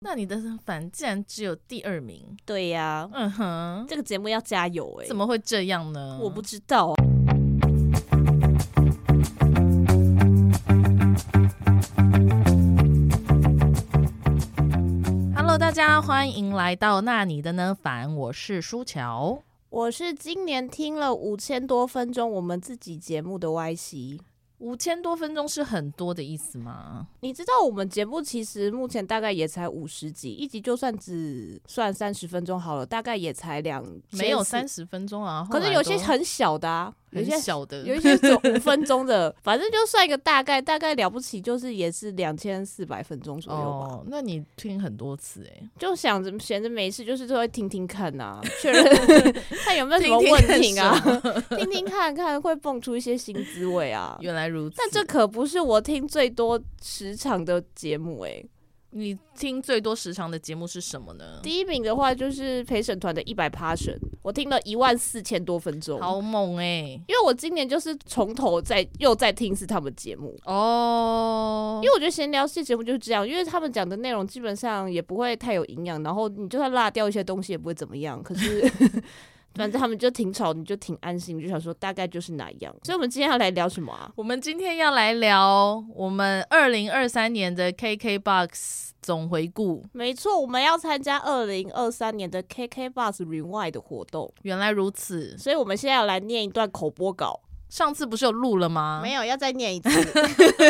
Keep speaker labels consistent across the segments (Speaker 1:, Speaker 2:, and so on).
Speaker 1: 那你的反竟然只有第二名，
Speaker 2: 对呀、
Speaker 1: 嗯哼，
Speaker 2: 这个节目要加油哎、
Speaker 1: 怎么会这样呢？
Speaker 2: 我不知道啊、
Speaker 1: Hello，大家欢迎来到那你的呢？凡，我是舒乔。
Speaker 2: 我是今年听了五千多分钟我们自己节目的 YC。
Speaker 1: 五千多分钟是很多的意思吗？
Speaker 2: 你知道我们节目其实目前大概也才五十集，一集就算只算三十分钟好了，大概也才两
Speaker 1: 没有
Speaker 2: 千
Speaker 1: 三
Speaker 2: 四，
Speaker 1: 十分钟啊，
Speaker 2: 可
Speaker 1: 后
Speaker 2: 是
Speaker 1: 来
Speaker 2: 有些
Speaker 1: 都
Speaker 2: 很小的啊，有
Speaker 1: 很
Speaker 2: 些
Speaker 1: 小的，
Speaker 2: 有一些只有五分钟的，反正就算一个大概，大概了不起就是也是两千四百分钟左右吧。
Speaker 1: 哦，那你听很多次哎、
Speaker 2: 就想着闲着没事，就是就会听听看啊， 确认看有没有什么问题啊，
Speaker 1: 听
Speaker 2: 听听看看会蹦出一些新滋味啊。
Speaker 1: 原来如此。
Speaker 2: 但这可不是我听最多时长的节目欸诶、
Speaker 1: 你听最多时长的节目是什么呢？
Speaker 2: 第一名的话就是陪审团的一百 passion，我听了一万四千多分钟。
Speaker 1: 好猛哎、
Speaker 2: 因为我今年就是从头再又再听一次他们节目，
Speaker 1: 哦，
Speaker 2: 因为我觉得闲聊系节目就是这样，因为他们讲的内容基本上也不会太有营养，然后你就算落掉一些东西也不会怎么样。可 是反正他们就挺吵，你就挺安心，你就想说大概就是哪样。所以我们今天要来聊什么啊？
Speaker 1: 我们今天要来聊我们二零二三年的 KKBOX 总回顾。
Speaker 2: 没错，我们要参加二零二三年的 KK Bus Rewind 的活动，
Speaker 1: 原来如此，
Speaker 2: 所以我们现在要来念一段口播稿，
Speaker 1: 上次不是有录了吗？
Speaker 2: 没有要再念一次。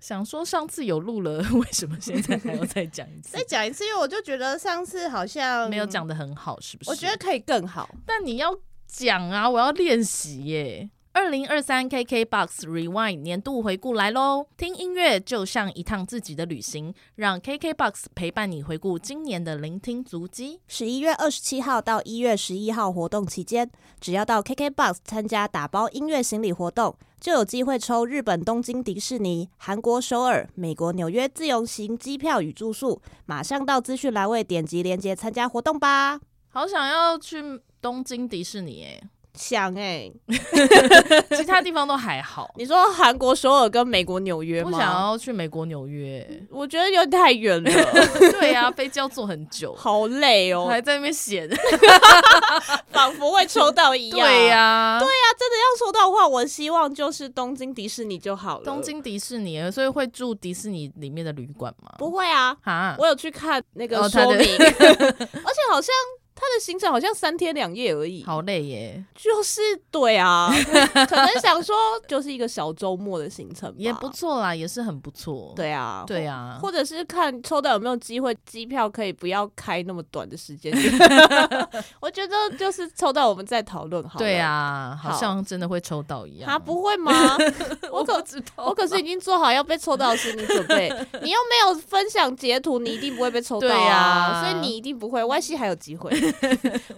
Speaker 1: 想说上次有录了，为什么现在还要再讲一次
Speaker 2: 再？讲一次，因为我就觉得上次好像
Speaker 1: 没有，讲的很好，是不是？
Speaker 2: 我觉得，可以更好。
Speaker 1: 但你要讲啊，我要练习耶。二零二三 KKBOX Rewind 年度回顾来喽！听音乐就像一趟自己的旅行，让 KKBOX 陪伴你回顾今年的聆听足迹。
Speaker 2: 十一月二十七号到一月十一号活动期间，只要到 KKBOX 参加打包音乐行李活动，就有机会抽日本东京迪士尼、韩国首尔、美国纽约自由行机票与住宿。马上到资讯栏位点击链接参加活动吧！
Speaker 1: 好想要去东京迪士尼耶，
Speaker 2: 想哎、。
Speaker 1: 其他地方都还好
Speaker 2: 你说韩国首尔跟美国纽约
Speaker 1: 我想？哦要去美国纽
Speaker 2: ，
Speaker 1: 约
Speaker 2: 我觉得有点太 远了，
Speaker 1: 对呀、啊，飞机要坐很久，
Speaker 2: 好累哦
Speaker 1: 还在那边 闲。
Speaker 2: 仿佛会抽到 一
Speaker 1: 对呀、对
Speaker 2: 啊要抽到的话，我希望就是东京迪士尼就好了
Speaker 1: 东京迪士尼，所以会住迪士尼里面的旅馆吗？
Speaker 2: 不会啊，
Speaker 1: 哈，
Speaker 2: 我有去看那个
Speaker 1: 哦
Speaker 2: 说
Speaker 1: 他的
Speaker 2: 明，而且好像他的行程好像三天两夜而已，
Speaker 1: 好累耶，
Speaker 2: 就是对啊，可能想说就是一个小周末的行程吧，
Speaker 1: 也不错啦，也是很不错。
Speaker 2: 对啊，
Speaker 1: 对啊
Speaker 2: 或。，或者是看抽到有没有机会，机票可以不要开那么短的 时间，我觉得就是抽到我们再讨论好，
Speaker 1: 对。啊，好
Speaker 2: 好
Speaker 1: 像真的会抽到一样。
Speaker 2: 他、不会吗？我可
Speaker 1: 知道
Speaker 2: 哦我可是已经做好要被抽到的心理准 备，你又没有分享截图，你一定不会被抽到
Speaker 1: 对
Speaker 2: 啊，
Speaker 1: 啊
Speaker 2: 所以你一定不会。Y C 还有机 会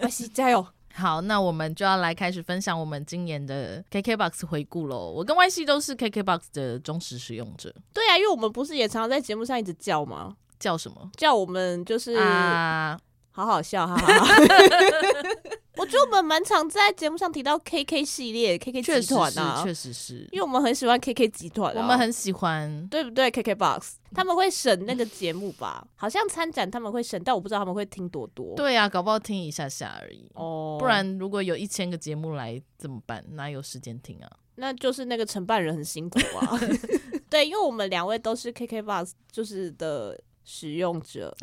Speaker 2: ，Y C 加油！
Speaker 1: 好，那我们就要来开始分享我们今年的 KKBOX 回顾喽。我跟 YC 都是 KKBOX 的忠实使用者，
Speaker 2: 对啊，因为我们不是也常常在节目上一直叫吗？
Speaker 1: 叫什么
Speaker 2: 叫我们就是、
Speaker 1: 啊？
Speaker 2: 好好笑，哈 哈哈。我觉得我们蛮常在节目上提到 KK 系列、KK
Speaker 1: 确
Speaker 2: 集
Speaker 1: 实
Speaker 2: 团
Speaker 1: 是，
Speaker 2: 啊，
Speaker 1: 确实是，
Speaker 2: 因为我们很喜欢 KK 集团、啊，
Speaker 1: 我们很喜欢。
Speaker 2: 对不对？KK Box 他们会审那个节目吧？好像参展他们会审，但我不知道他们会听多多。
Speaker 1: 对啊，搞不好听一下下而已。
Speaker 2: 哦，
Speaker 1: 不然如果有一千个节目来怎么办？哪有时间听啊？
Speaker 2: 那就是那个承办人很辛苦 啊。对，因为我们两位都是 KKBox 就是的使用 者，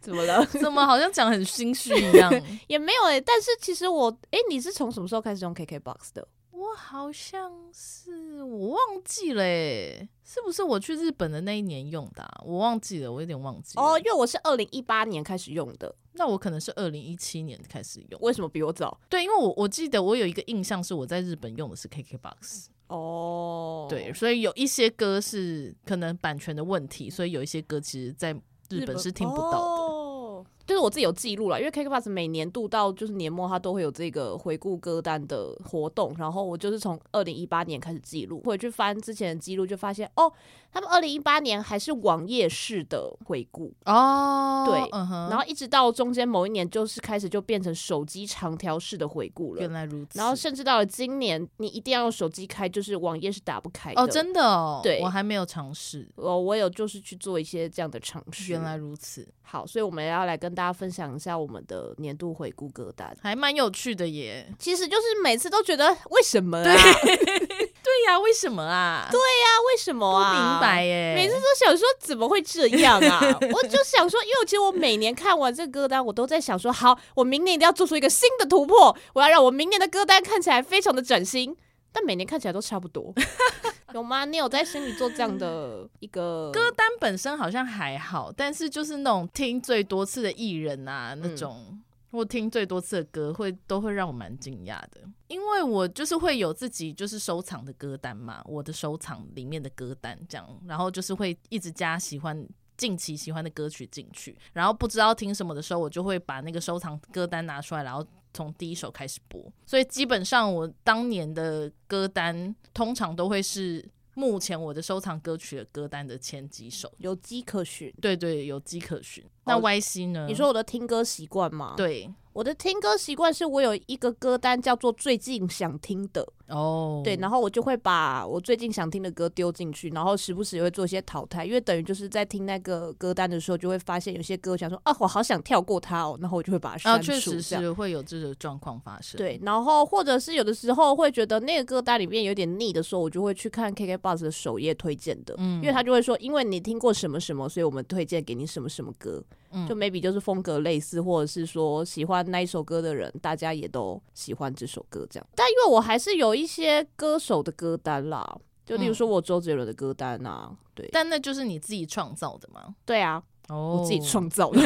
Speaker 2: 怎么了？
Speaker 1: 怎么好像讲很心虚一样？
Speaker 2: 也没有诶、欸但是其实我诶、你是从什么时候开始用 KKBox 的？
Speaker 1: 我好像是我忘记了、欸，是不是我去日本的那一年用的啊、我忘记了，我有点忘记了
Speaker 2: 哦，因为我是二零一八年开始用的，
Speaker 1: 那我可能是二零一七年开始用，
Speaker 2: 为什么比我早？
Speaker 1: 对，因为我我记得我有一个印象是我在日本用的是 KKBOX，、
Speaker 2: 哦，
Speaker 1: 对，，所以有一些歌是可能版权的问题，所以有一些歌其实在日本是听不到的。
Speaker 2: 哦、就是我自己有记录了，因为 KKBox 每年度到就是年末，它都会有这个回顾歌单的活动，然后我就是从二零一八年开始记录，回去翻之前的记录，就发现哦，他们二零一八年还是网页式的回顾，
Speaker 1: 哦，
Speaker 2: 对
Speaker 1: 嗯哼，
Speaker 2: 然后一直到中间某一年，就是开始就变成手机长条式的回顾了
Speaker 1: 原。来如此，
Speaker 2: 然后甚至到了今年，你一定要用手机开，就是网页是打不开的。
Speaker 1: 哦，真的哦，
Speaker 2: 对
Speaker 1: 我还没有尝试，
Speaker 2: 我我有就是去做一些这样的尝试。
Speaker 1: 原来如此，
Speaker 2: 好，所以我们要来跟大家分享一下我们的年度回顾歌单。
Speaker 1: 还蛮有趣的耶。
Speaker 2: 其实就是每次都觉得为什么啊？
Speaker 1: 对
Speaker 2: 对
Speaker 1: 对呀、为什么啊？对
Speaker 2: 啊，为什么
Speaker 1: 不
Speaker 2: 啊？
Speaker 1: 明白。欸耶，
Speaker 2: 每次都想说怎么会这样啊？我就想说，因为其实我每年看完这个歌单，我都在想说，好，我明年一定要做出一个新的突破，我要让我明年的歌单看起来非常的崭新。但每年看起来都差不多， 有吗？你有在心里做这样的一个
Speaker 1: 歌单本身好像还好，但是就是那种听最多次的艺人啊，
Speaker 2: 嗯
Speaker 1: 那种、我听最多次的歌会都会让我蛮惊讶的，因为我就是会有自己就是收藏的歌单嘛，我的收藏里面的歌单这样，然后就是会一直加喜欢。近期喜欢的歌曲进去，然后不知道听什么的时候，我就会把那个收藏歌单拿出来，然后从第一首开始播。所以基本上我当年的歌单通常都会是目前我的收藏歌曲的歌单的前几首。
Speaker 2: 有迹可循？
Speaker 1: 对对，有迹可循。那
Speaker 2: 哦
Speaker 1: Y C 呢？
Speaker 2: 你说我的听歌习惯吗？，
Speaker 1: 对
Speaker 2: 我的听歌习惯是我有一个歌单叫做最近想听的，
Speaker 1: 哦，
Speaker 2: 对，然后我就会把我最近想听的歌丢进去，然后时不时也会做一些淘汰，因为等于就是在听那个歌单的时候，就会发现有些歌想说啊，我好想跳过它哦，然后我就会把它
Speaker 1: 啊，
Speaker 2: 删
Speaker 1: 确
Speaker 2: 除
Speaker 1: 实
Speaker 2: 这样。
Speaker 1: 是会有这个状况发生。
Speaker 2: 对，然后或者是有的时候会觉得那个歌单里面有点腻的时候，我就会去看 KKBox 的首页推荐的，
Speaker 1: 嗯，
Speaker 2: 因为他就会说，因为你听过什么什么，所以我们推荐给你什么什么歌，
Speaker 1: 嗯
Speaker 2: 就 maybe 就是风格类似，或者是说喜欢那一首歌的人，大家也都喜欢这首歌这样。但因为我还是有一些歌手的歌单啦，就例如说我周杰伦的歌单啊，对
Speaker 1: 嗯但那就是你自己创造的嘛。
Speaker 2: 对啊，
Speaker 1: 哦，
Speaker 2: 我自己。创造的，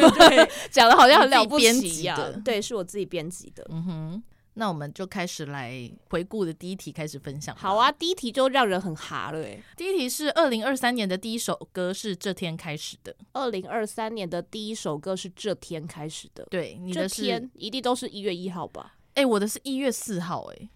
Speaker 2: 讲的好像很了不
Speaker 1: 你自己
Speaker 2: 起
Speaker 1: 编
Speaker 2: 呀、
Speaker 1: 辑的
Speaker 2: 对，是我自己编辑的。
Speaker 1: 嗯哼，那我们就开始来回顾的第一题开始分享。
Speaker 2: 好，啊，第一题就让人很哈了欸诶、
Speaker 1: 第一题是二零二三年的第一首歌是这天开始的。
Speaker 2: 二零二三年的第一首歌是这天开始的，
Speaker 1: 对，你
Speaker 2: 这
Speaker 1: 的是
Speaker 2: 天一定都是一月一号吧？
Speaker 1: 哎、我的是一月四号、 哎，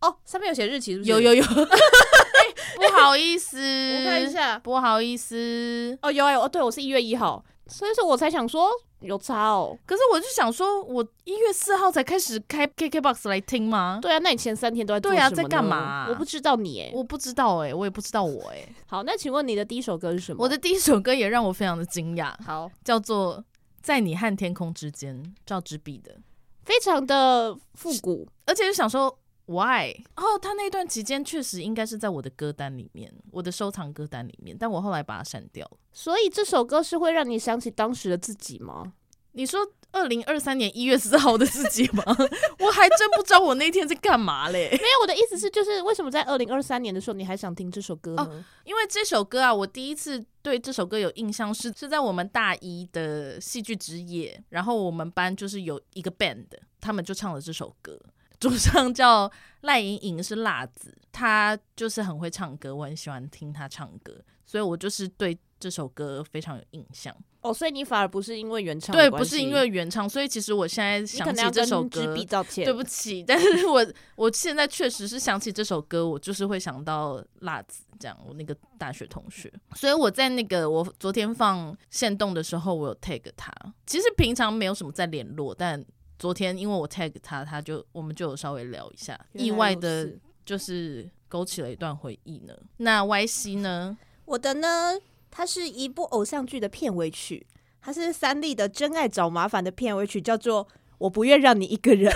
Speaker 2: 哦，上面有写日期是不是？
Speaker 1: 有有有，不好意思，
Speaker 2: 我看一下，
Speaker 1: 不好意思。
Speaker 2: 哦，有有哦，对我是一月一号，所以说我才想说有差哦。
Speaker 1: 可是我就想说，我一月四号才开始开 KKBOX 来听吗？
Speaker 2: 对啊，那你前三天都在做
Speaker 1: 对啊
Speaker 2: 什么呢
Speaker 1: 在干嘛啊
Speaker 2: 我不知道你哎。
Speaker 1: 我不知道哎、我也不知道我哎、
Speaker 2: 好，那请问你的第一首歌是什么？
Speaker 1: 我的第一首歌也让我非常的惊讶，
Speaker 2: 好，
Speaker 1: 叫做《在你和天空之间》，赵之璧的。
Speaker 2: 非常的复古，
Speaker 1: 而且就想说，why？哦，他那段期间确实应该是在我的歌单里面，我的收藏歌单里面，但我后来把它删掉了。
Speaker 2: 所以这首歌是会让你想起当时的自己吗？
Speaker 1: 你说二零二三年一月四号的自己吗？ 我还真不知道我那天在干嘛嘞。
Speaker 2: 没有，我的意思是，就是为什么在二零二三年的时候你还想听这首歌呢？
Speaker 1: 因为这首歌啊，我第一次对这首歌有印象是是在我们大一的戏剧之夜，然后我们班就是有一个 band，他们就唱了这首歌，主唱叫赖莹莹是辣子，她就是很会唱歌，我很喜欢听她唱歌，所以我就是对这首歌非常有印象。
Speaker 2: 哦，所以你反而不是因为原唱的
Speaker 1: 对，
Speaker 2: 关
Speaker 1: 不
Speaker 2: 系
Speaker 1: 是因为原唱，所以其实我现在
Speaker 2: 你可
Speaker 1: 想
Speaker 2: 能
Speaker 1: 起
Speaker 2: 要
Speaker 1: 这
Speaker 2: 跟
Speaker 1: 首
Speaker 2: 知
Speaker 1: 歌
Speaker 2: 彼。道歉，
Speaker 1: 对不起，但是我 我现在确实是想起这首歌，我就是会想到辣子这样，我那个大学同学。所以我在那个我昨天放线动的时候，我有 tag 他。其实平常没有什么在联络，但昨天因为我 tag 他，他就我们就有稍微聊一下，
Speaker 2: 原来
Speaker 1: 意外
Speaker 2: 如
Speaker 1: 的
Speaker 2: 此
Speaker 1: 就是勾起了一段回忆呢。那 Y C 呢？
Speaker 3: 我的呢，它是一部偶像剧的片尾曲，它是三立的《真爱找麻烦》的片尾曲，叫做《我不愿让你一个人》。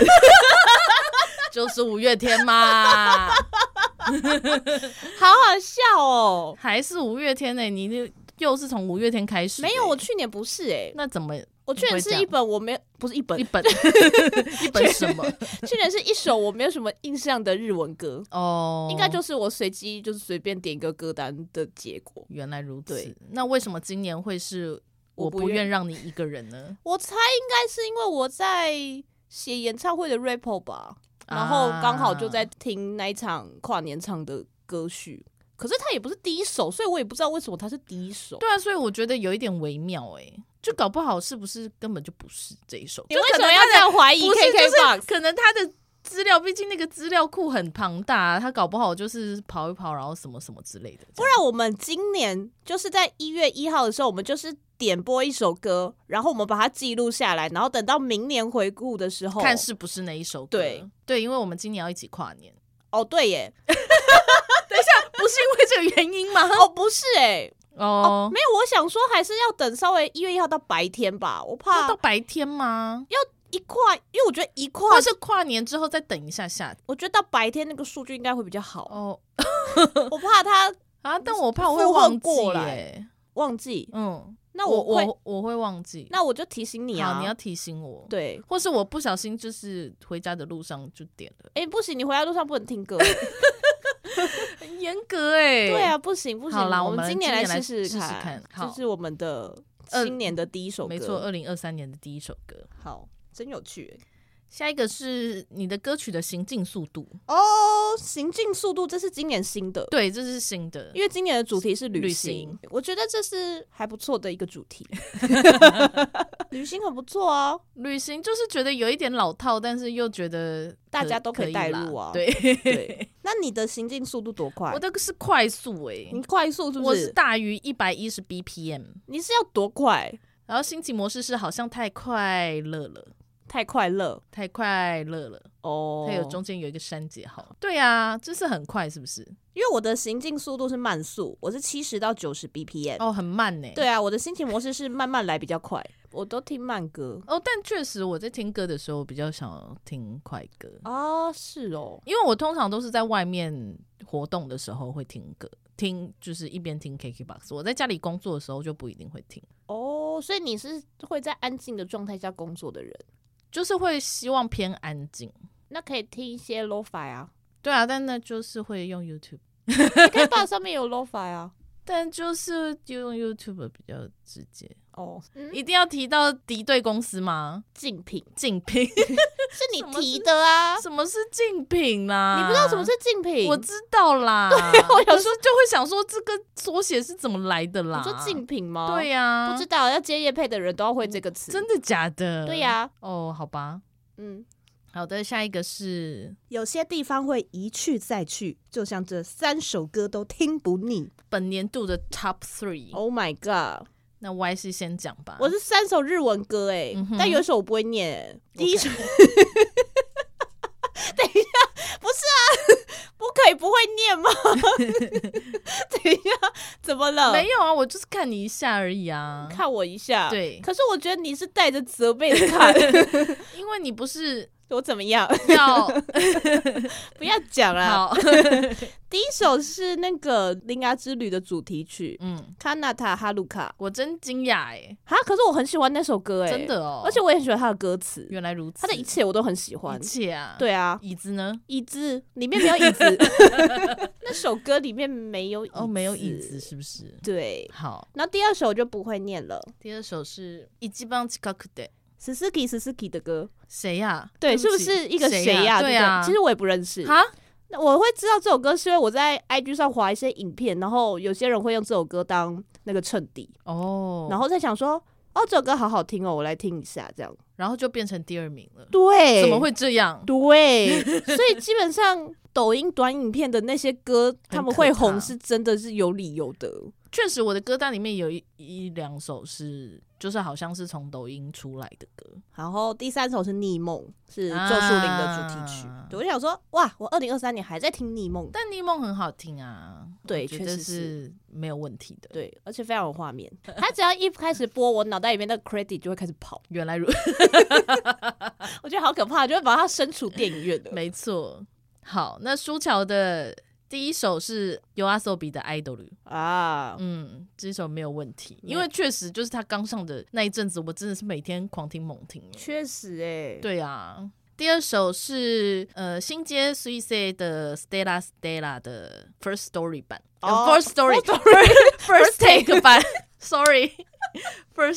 Speaker 1: 就是五月天 嘛，
Speaker 2: 好好笑 哦。
Speaker 1: 还是五月天呢、你就又是从五月天开始的欸、
Speaker 2: 没有，我去年不是哎，
Speaker 1: 那怎么
Speaker 2: 我去年是一本我没有不是一本
Speaker 1: 一， 本一本什么？
Speaker 2: 去年是一首我没有什么印象的日文歌，
Speaker 1: 哦，
Speaker 2: 应该就是我随机就是随便点一个歌单的结果。
Speaker 1: 原来如此
Speaker 2: 对。
Speaker 1: 那为什么今年会是我
Speaker 2: 我不
Speaker 1: 不愿
Speaker 2: 愿
Speaker 1: 让你一个人呢？
Speaker 2: 我猜应该是因为我在写演唱会的 rap 吧， 然后刚好就在
Speaker 1: 啊
Speaker 2: 听那一场跨年唱的歌曲，可是它也不是第一首，所以我也不知道为什么它是第一首。
Speaker 1: 对啊，所以我觉得有一点微妙哎、就就搞不好是不是根本就不是这一首？
Speaker 2: 你
Speaker 1: 就
Speaker 2: 为
Speaker 1: 可
Speaker 2: 什
Speaker 1: 能
Speaker 2: 么要
Speaker 1: 他
Speaker 2: E 这
Speaker 1: 的
Speaker 2: 样怀疑
Speaker 1: 不是，就是
Speaker 2: KKBOX？
Speaker 1: 可能他的资料，毕竟那个资料库很庞大，啊他搞不好就是跑一跑，然后什么什么之类的。
Speaker 2: 不然我们今年就是在一月一号的时候，我们就是点播一首歌，然后我们把它记录下来，然后等到明年回顾的时候
Speaker 1: 看是不是那一首歌？
Speaker 2: 哦对
Speaker 1: 对，因为我们今年要一起跨年，
Speaker 2: 哦，对耶，
Speaker 1: 不是因为这个原因吗？
Speaker 2: 哦不是哎，
Speaker 1: 啊哦，
Speaker 2: 没有，我想说还是要等稍微一月一号到白天吧，我
Speaker 1: 要
Speaker 2: 怕
Speaker 1: 到白天吗？
Speaker 2: 一跨，因为我觉得一跨
Speaker 1: 或，是跨年之后再等一下下
Speaker 2: 我觉得到白天那个数据应该会比较好，
Speaker 1: 哦
Speaker 2: 我怕它
Speaker 1: 啊？但我怕我会
Speaker 2: 负荷
Speaker 1: 忘记
Speaker 2: 过来
Speaker 1: 耶
Speaker 2: 忘记。
Speaker 1: 嗯，
Speaker 2: 那
Speaker 1: 我
Speaker 2: 会，
Speaker 1: 我我会忘记。
Speaker 2: 那我就提醒你啊，
Speaker 1: 好，你要提醒我。，
Speaker 2: 对，
Speaker 1: 或是我不小心就是回家的路上就点了，
Speaker 2: 哎、不行，你回家路上不能听歌。
Speaker 1: 很严格哎。
Speaker 2: 对啊，，不行不行，
Speaker 1: 好啦
Speaker 2: 我
Speaker 1: 我们
Speaker 2: 今年
Speaker 1: 今年来
Speaker 2: 来试
Speaker 1: 试试
Speaker 2: 看
Speaker 1: 看，好
Speaker 2: 这是我们的
Speaker 1: 呃
Speaker 2: 新年的第一首歌，
Speaker 1: 没错，，二零二三年的第一首歌。
Speaker 2: 好，真有趣欸
Speaker 1: 下一个是你的歌曲的行进速度，
Speaker 2: 哦。行进速度，这是今年新的，
Speaker 1: 对，这是新的，
Speaker 2: 因为今年的主题是旅
Speaker 1: 旅
Speaker 2: 行
Speaker 1: 行，
Speaker 2: 我觉得这是还不错的一个主 题，旅行很不错啊。
Speaker 1: 旅行就是觉得有一点老套，但是又觉得
Speaker 2: 大家都可以
Speaker 1: 啦
Speaker 2: 代入啊
Speaker 1: 对，
Speaker 2: 对，那你的行进速度多快
Speaker 1: 我？的是快速哎、
Speaker 2: 你快速是不
Speaker 1: 我是
Speaker 2: 是？
Speaker 1: 大于一百一十 BPM，
Speaker 2: 你是要多快？
Speaker 1: 然后心情模式是好像太快乐了，
Speaker 2: 太快乐
Speaker 1: 太快乐了，
Speaker 2: 哦，
Speaker 1: 它有中间有一个删节号。对啊，这是很快是不是？
Speaker 2: 因为我的行进速度是慢速，我是七十到九十 BPM。
Speaker 1: 哦，很慢呢、
Speaker 2: 对啊，我的心情模式是慢慢来比较快，我都听慢歌。
Speaker 1: 哦，但确实我在听歌的时候比较想听快歌，
Speaker 2: 啊，是哦，
Speaker 1: 因为我通常都是在外面活动的时候会听歌，听就是一边听 KKBOX。我在家里工作的时候就不一定会听，
Speaker 2: 哦，所以你是会在安静的状态下工作的人，
Speaker 1: 就是会希望偏安静。
Speaker 2: 那可以听一些 lofi 啊
Speaker 1: 对啊，但那就是会用 YouTube，
Speaker 2: k p o 上面有 lofi 啊。
Speaker 1: 但就是用 YouTube 比较直接。
Speaker 2: 哦，嗯，
Speaker 1: 一定要提到敌对公司吗？
Speaker 2: 竞 品
Speaker 1: 竞品？
Speaker 2: 是你
Speaker 1: 什么
Speaker 2: 提
Speaker 1: 是
Speaker 2: 的啊，
Speaker 1: 什么是竞品啦、
Speaker 2: 你不知道什么是竞品，啊
Speaker 1: 我知道 啦，
Speaker 2: 我
Speaker 1: 有
Speaker 2: 有
Speaker 1: 时候就会想说这个缩写是怎么来的啦？
Speaker 2: 你说竞品吗？
Speaker 1: 对、呀、
Speaker 2: 不知道要接业配的人都要会这个词，
Speaker 1: 真的假的？
Speaker 2: 对呀、
Speaker 1: 哦，好吧，
Speaker 2: 嗯，
Speaker 1: 好的，下一个是
Speaker 3: 有些地方会一去再去，就像这三首歌都听不腻。
Speaker 1: 本年度的 Top Three。
Speaker 2: Oh my
Speaker 1: 啊
Speaker 2: god！
Speaker 1: 那 Y 是先讲吧。
Speaker 2: 我是三首日文歌哎、
Speaker 1: 嗯哼
Speaker 2: 但有一首我不会念、欸。第一首， 等一下，不是啊， 不可以不会念吗？ 等一下，怎么了？
Speaker 1: 没有啊，我就是看你一下而已啊。
Speaker 2: 看我一下。
Speaker 1: 对
Speaker 2: 可是我觉得你是带着责备的看
Speaker 1: 因为你不是
Speaker 2: 我怎么样？
Speaker 1: 要
Speaker 2: 不要讲啦。
Speaker 1: 好，
Speaker 2: 第一首是那个《铃芽之旅》的主题曲
Speaker 1: 嗯，
Speaker 2: 《Kanata Haruka
Speaker 1: 我真惊讶哎，》
Speaker 2: 哈，可是我很喜欢那首歌哎、
Speaker 1: 真的哦。
Speaker 2: 而且我也很喜欢它的歌词，
Speaker 1: 原来如此，
Speaker 2: 它的一切我都很喜欢
Speaker 1: 一。切啊，，
Speaker 2: 对啊，
Speaker 1: 椅子呢？
Speaker 2: 椅子里面没有椅子， 那首歌里面没有椅
Speaker 1: 哦，没有椅子。是不是？
Speaker 2: 对，
Speaker 1: 好，
Speaker 2: 然后第二首我就不会念了
Speaker 1: 第二首是一级棒 c h i k a
Speaker 2: ，Suzuki Suzuki 的歌，
Speaker 1: 谁呀？
Speaker 2: 对，是
Speaker 1: 不
Speaker 2: 不
Speaker 1: 起
Speaker 2: 是一个
Speaker 1: 谁
Speaker 2: 谁呀？
Speaker 1: 对
Speaker 2: 呀，
Speaker 1: 啊，
Speaker 2: 其实我也不认识。
Speaker 1: 啊，
Speaker 2: 那我会知道这首歌是因为我在 IG 上划一些影片，然后有些人会用这首歌当那个衬底，
Speaker 1: 哦，
Speaker 2: 然后在想说，哦，这首歌好好听哦，我来听一下这样。
Speaker 1: 然后就变成第二名了，
Speaker 2: 对，
Speaker 1: 怎么？会这样？
Speaker 2: 对，所以基本上抖音短影片的那些歌，他们会
Speaker 1: 很可
Speaker 2: 红
Speaker 1: 怕
Speaker 2: 是真的是有理由的。
Speaker 1: 确实，我的歌单里面有一一两首是，就是好像是从抖音出来的歌。
Speaker 3: 然
Speaker 2: 然
Speaker 3: 后
Speaker 2: 后第三首是《逆梦》，是
Speaker 1: 啊
Speaker 2: 《咒术林》的主题曲。对我想说，哇，我二零二三年还在听《逆梦》，
Speaker 1: 但《逆梦》很好听啊，
Speaker 2: 对
Speaker 1: 我觉
Speaker 2: 确
Speaker 1: 得
Speaker 2: 实是
Speaker 1: 是没有问题的。，
Speaker 2: 对，而且非常有画面。它只要一开始播，我脑袋里面的 credit 就会开始跑，
Speaker 1: 原来如
Speaker 2: 我觉得好可怕，就会把它身处电影院的。
Speaker 1: 没错。好，那舒乔的第一首是 y o a s o b i 的《Idol》，
Speaker 2: 啊，
Speaker 1: 嗯，这首没有问题，因为确实就是他刚上的那一阵子，我真的是每天狂听猛听耶。
Speaker 2: 确实哎、
Speaker 1: 对啊，第二首是呃新街 s u i c e 的 Stella Stella 的 First Story 版、呃
Speaker 2: 哦
Speaker 1: First Story First Take 版， Sorry，First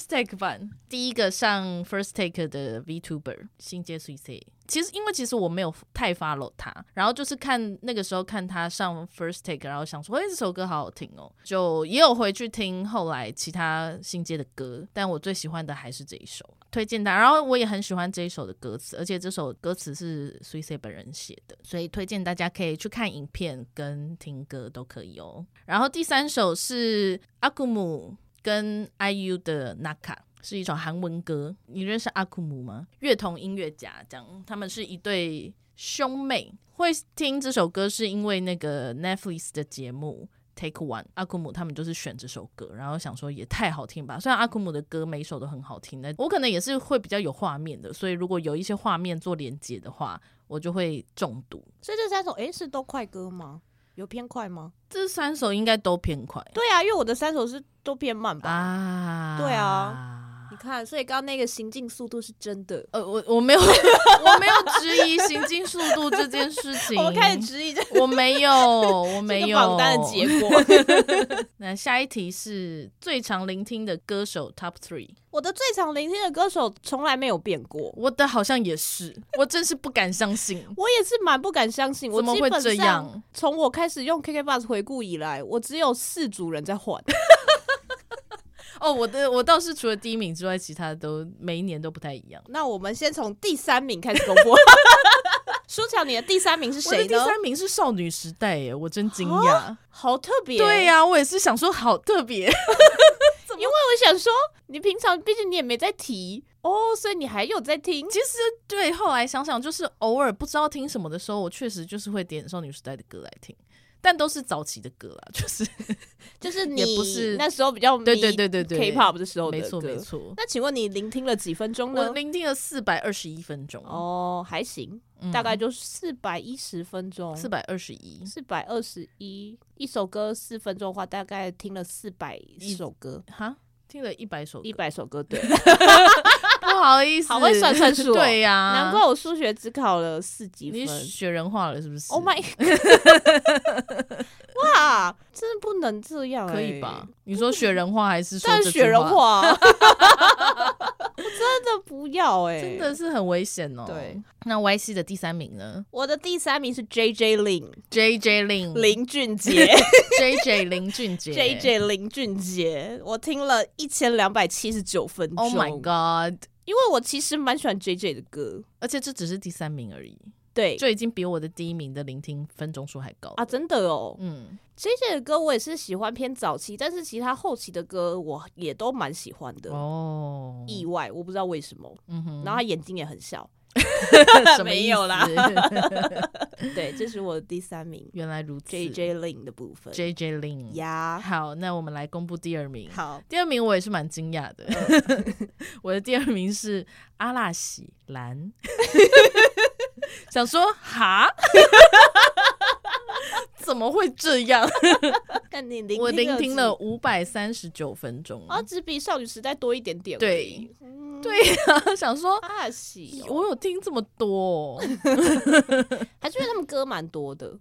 Speaker 1: Take 版第一个上 First Take 的 VTuber 新街 C C。其实因为其实我没有太 follow 他，然后就是看那个时候看他上 First Take，然后想说，哎、这首歌好好听哦，就也有回去听后来其他新街的歌，但我最喜欢的还是这一首，推荐大家。然后我也很喜欢这一首的歌词，而且这首歌词是 C C 本人写的，所以推荐大家可以去看影片跟听歌都可以哦。然后第三首是阿库姆跟 IU 的 Naka。是一首韩文歌，你认识阿库姆吗？乐童音乐家，这样他们是一对兄妹。会听这首歌是因为那个 Netflix 的节目 Take One，阿库姆他们就是选这首歌，然后想说也太好听吧。虽然阿库姆的歌每一首都很好听，但我可能也是会比较有画面的，所以如果有一些画面做连接的话，我就会中毒。
Speaker 2: 所以这三首，诶，是都快歌吗？有偏快吗？
Speaker 1: 这三首应该都偏快
Speaker 2: 对啊，因为我的三首是都偏慢吧。
Speaker 1: 啊，
Speaker 2: 对啊。你看，所以刚刚那个行进速度是真的。
Speaker 1: 呃，我我没有， 我没有质疑行进速度这件 事情。
Speaker 2: 我开始质疑这
Speaker 1: 我没有， 我 没
Speaker 2: 这
Speaker 1: 有
Speaker 2: 个榜单的结 果。
Speaker 1: 那下一题是最常聆听的歌手 Top Three，
Speaker 2: 我的最常聆听的歌手从来没有变过，
Speaker 1: 我的好像也是，我真是不敢相信，
Speaker 2: 我也是蛮不敢相信。我
Speaker 1: 怎么
Speaker 2: 基
Speaker 1: 会
Speaker 2: 本
Speaker 1: 这
Speaker 2: 上
Speaker 1: 样？
Speaker 2: 从我开始用 KK Bus 回顾以来，我只有四组人在换。
Speaker 1: 哦，我的我倒是除了第一名之外，其他都每一年都不太一样。
Speaker 2: 那我们先从第三名开始公布。 舒乔，你的第三名是
Speaker 1: 我的
Speaker 2: 谁
Speaker 1: 第
Speaker 2: 呢？
Speaker 1: 三名是少女时代耶，我真惊讶。
Speaker 2: 好特别，
Speaker 1: 对、呀、我也是想说好特别，
Speaker 2: 因为我想说，你平常毕竟你也没在提哦，所以你还有在听。
Speaker 1: 其实对，后来想想，就是偶尔不知道听什么的时候，我确实就是会点少女时代的歌来听，但都是早期的歌啦，就是
Speaker 2: 就是
Speaker 1: 也
Speaker 2: 你
Speaker 1: 不是
Speaker 2: 那时候比较迷
Speaker 1: 对对对对对
Speaker 2: K-pop 的时候的
Speaker 1: 没
Speaker 2: 歌
Speaker 1: 错没。错。
Speaker 2: 那请问你聆听了几分钟
Speaker 1: 我
Speaker 2: 呢？
Speaker 1: 聆听了四百二十一分钟，
Speaker 2: 哦，还行，
Speaker 1: 嗯
Speaker 2: 大概就四百一十分钟，
Speaker 1: 四百二十一，
Speaker 2: 四百二十一，一首歌四分钟的话，大概听了四百首歌，
Speaker 1: 哈，听了一百首歌，啊
Speaker 2: 一百首 歌，对，
Speaker 1: 不好意思，
Speaker 2: 好会算算数哦
Speaker 1: 对呀、
Speaker 2: 难怪我数学只考了四级
Speaker 1: 啊你
Speaker 2: 分。
Speaker 1: 雪人化了是不是
Speaker 2: Oh my！哇，真的不能这样、
Speaker 1: 可以吧？？你说雪人化还是说
Speaker 2: 但
Speaker 1: 这句
Speaker 2: 雪人
Speaker 1: 话，
Speaker 2: 话，我 真的不要哎、
Speaker 1: 真的。是很危险哦。
Speaker 2: 对，
Speaker 1: 那 Y C 的第三名呢
Speaker 2: 我的第三名是 J J 林
Speaker 1: ？J J 林
Speaker 2: 林俊杰
Speaker 1: J J 林俊杰
Speaker 2: ，J J 林俊杰，我听了一千两百七十九分钟。
Speaker 1: Oh my God！
Speaker 2: 因为我其实蛮喜欢 J J 的歌，
Speaker 1: 而且这只是第三名而已，
Speaker 2: 对
Speaker 1: 就已经比我的第一名的聆听分钟数还高
Speaker 2: 啊，
Speaker 1: 了。
Speaker 2: 真的哦
Speaker 1: 嗯，
Speaker 2: ，J J 的歌我也是喜欢偏早期，但是其他后期的歌我也都蛮喜欢的。
Speaker 1: 哦，
Speaker 2: 意外，我不知道为什么。
Speaker 1: 嗯 哼，
Speaker 2: 然后他眼睛也 很小，
Speaker 1: 什么意思
Speaker 2: 没有啦对，这是我的第三名
Speaker 1: 原来如此
Speaker 2: J J Lin 的部分。
Speaker 1: J J 林
Speaker 2: 呀，
Speaker 1: 好，那我们来公布第二名。
Speaker 2: 好，呃
Speaker 1: 第二名我也是蛮惊讶的， 我的第二名是阿拉喜 兰，想说哈，怎么会这 样？
Speaker 2: 那你聆
Speaker 1: 我聆听了
Speaker 2: 几
Speaker 1: 五百三十九分钟，
Speaker 2: 啊，只比少女时代多一点点而已。
Speaker 1: 对对呀、 想说
Speaker 2: 啊，喜哦，
Speaker 1: 我有听这么多哦、
Speaker 2: 还是因为他们歌蛮多的，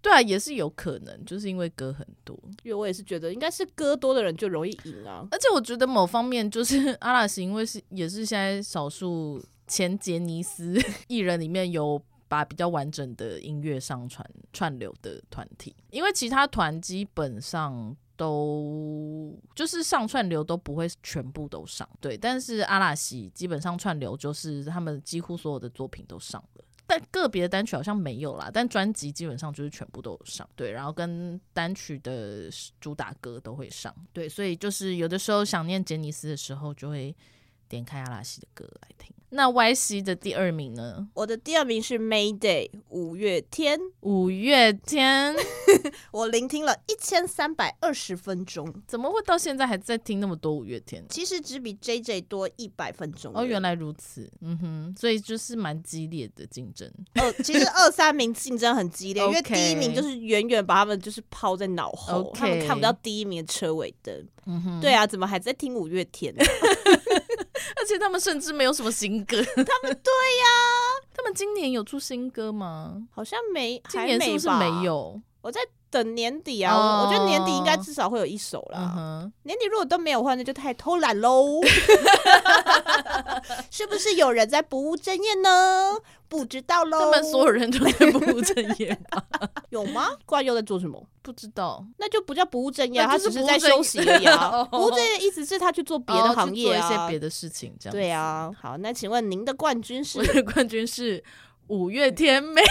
Speaker 1: 对啊，也是有可能，就是因为歌很多，
Speaker 2: 因为我也是觉得应该是歌多的人就容易赢啊。
Speaker 1: 而且我觉得某方面就是 阿拉斯，因为是也是现在少数前杰尼斯 艺人里面有把比较完整的音乐上传串流的团体，因为其他团基本上。都就是上串流都不会全部都上，对，但是阿拉西基本上串流就是他们几乎所有的作品都上了。但个别的单曲好像没有啦，但专辑基本上就是全部都有上，对，然后跟单曲的主打歌都会上，对，所以就是有的时候想念杰尼斯的时候，就会点开阿拉西的歌来听。那 Y C 的第二名呢？
Speaker 2: 我的第二名是 Mayday 五月天，
Speaker 1: 五月天
Speaker 2: 我聆听了一千三百二十分钟，
Speaker 1: 怎么会到现在还在听那么多五月天？
Speaker 2: 其实只比 J J 多一百分钟而
Speaker 1: 哦，
Speaker 2: 已。
Speaker 1: 原来如此，嗯哼，所以就是蛮激烈的竞争。
Speaker 2: 二哦其实二三名竞争很激烈，因为
Speaker 1: OK
Speaker 2: 第一名就是远远把他们就是抛在脑后
Speaker 1: OK
Speaker 2: 他们看不到第一名的车尾灯。
Speaker 1: 嗯哼，
Speaker 2: 对啊，怎么还在听五月 天？
Speaker 1: 而且他们甚至没有什么新歌。 他们对呀、他们今年有出新歌吗？
Speaker 2: 好像没，
Speaker 1: 今
Speaker 2: 还
Speaker 1: 年是不是
Speaker 2: 吧
Speaker 1: 没？有？
Speaker 2: 我在等年底啊，我我觉得年底应该
Speaker 1: 哦
Speaker 2: 至少会有一首啦。
Speaker 1: 嗯哼，
Speaker 2: 年底如果都没有的话，那就太偷 懒喽。是不是有人在不务正业呢？不知道喽。
Speaker 1: 他们所有人都在不务正 业吧，
Speaker 2: 有吗？冠佑在做什么？
Speaker 1: 不知道
Speaker 2: 那就不叫不务正业啊，
Speaker 1: 那
Speaker 2: 他
Speaker 1: 就是
Speaker 2: 只是
Speaker 1: 不务
Speaker 2: 在
Speaker 1: 正
Speaker 2: 休息而已啊
Speaker 1: 哦。
Speaker 2: 不务正业意思是他去做别的
Speaker 1: 哦
Speaker 2: 行
Speaker 1: 去
Speaker 2: 业
Speaker 1: 做一
Speaker 2: 啊
Speaker 1: 些。别的事情，这样
Speaker 2: 对啊，好，那请问您的冠军 是
Speaker 1: 我的冠军是五月天，没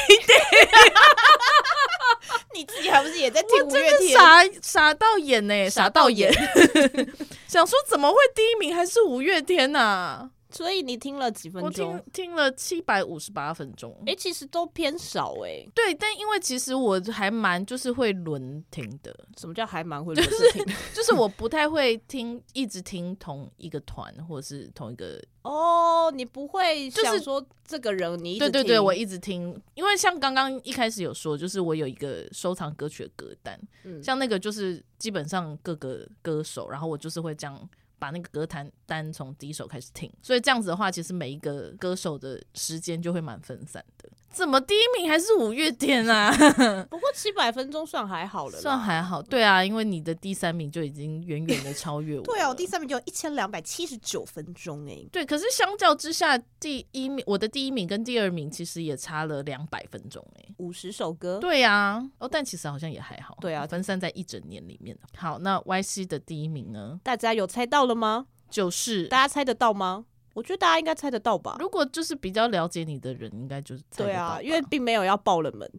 Speaker 2: 你自己还不是也在听
Speaker 1: 我
Speaker 2: 五月
Speaker 1: 真的
Speaker 2: 天？
Speaker 1: 傻傻到眼呢、
Speaker 2: 傻
Speaker 1: 傻
Speaker 2: 到
Speaker 1: 到眼， 想说怎么会第一名还是五月天呐、
Speaker 2: 所以你听了几分
Speaker 1: 我听
Speaker 2: 钟？
Speaker 1: 听了七百五十八分钟，
Speaker 2: 哎、其实都偏少哎、
Speaker 1: 对，但因为其实我还蛮就是会轮听的，
Speaker 2: 什么叫还 蛮会录视听？
Speaker 1: 就是我不太会听一直听同一个团或者是同一个，
Speaker 2: 哦，你不会
Speaker 1: 就是
Speaker 2: 想说这个人你一直
Speaker 1: 对对
Speaker 2: 听
Speaker 1: 对，我一直听，因为像刚刚一开始有说，就是我有一个收藏歌曲的歌单，
Speaker 2: 嗯
Speaker 1: 像那个就是基本上各个歌手，然后我就是会这样。把那个歌单单从第一首开始听，所以这样子的话，其实每一个歌手的时间就会蛮分散的。怎么第一名还是五月天啊？
Speaker 2: 不过七百分钟算还好了，
Speaker 1: 算。还好，对啊，因为你的第三名就已经远远的超越我了。
Speaker 3: 对啊，我第三名就一千两百七十九分钟哎、
Speaker 1: 对，可是相较之下，第一名我的第一名跟第二名其实也差了两百分钟哎、
Speaker 2: 五十首歌，
Speaker 1: 对呀、啊，哦，但其实好像也还好。
Speaker 2: 对啊
Speaker 1: 分散在一整年里面。好，那 Y C 的第一名呢，
Speaker 2: 大家有猜到了吗？
Speaker 1: 就是
Speaker 2: 大家猜得到吗？我觉得大家应该猜得到吧。
Speaker 1: 如果就是比较了解你的人，应该就是猜得
Speaker 2: 对
Speaker 1: 到
Speaker 2: 啊，
Speaker 1: 吧
Speaker 2: 因为并没有要爆冷门，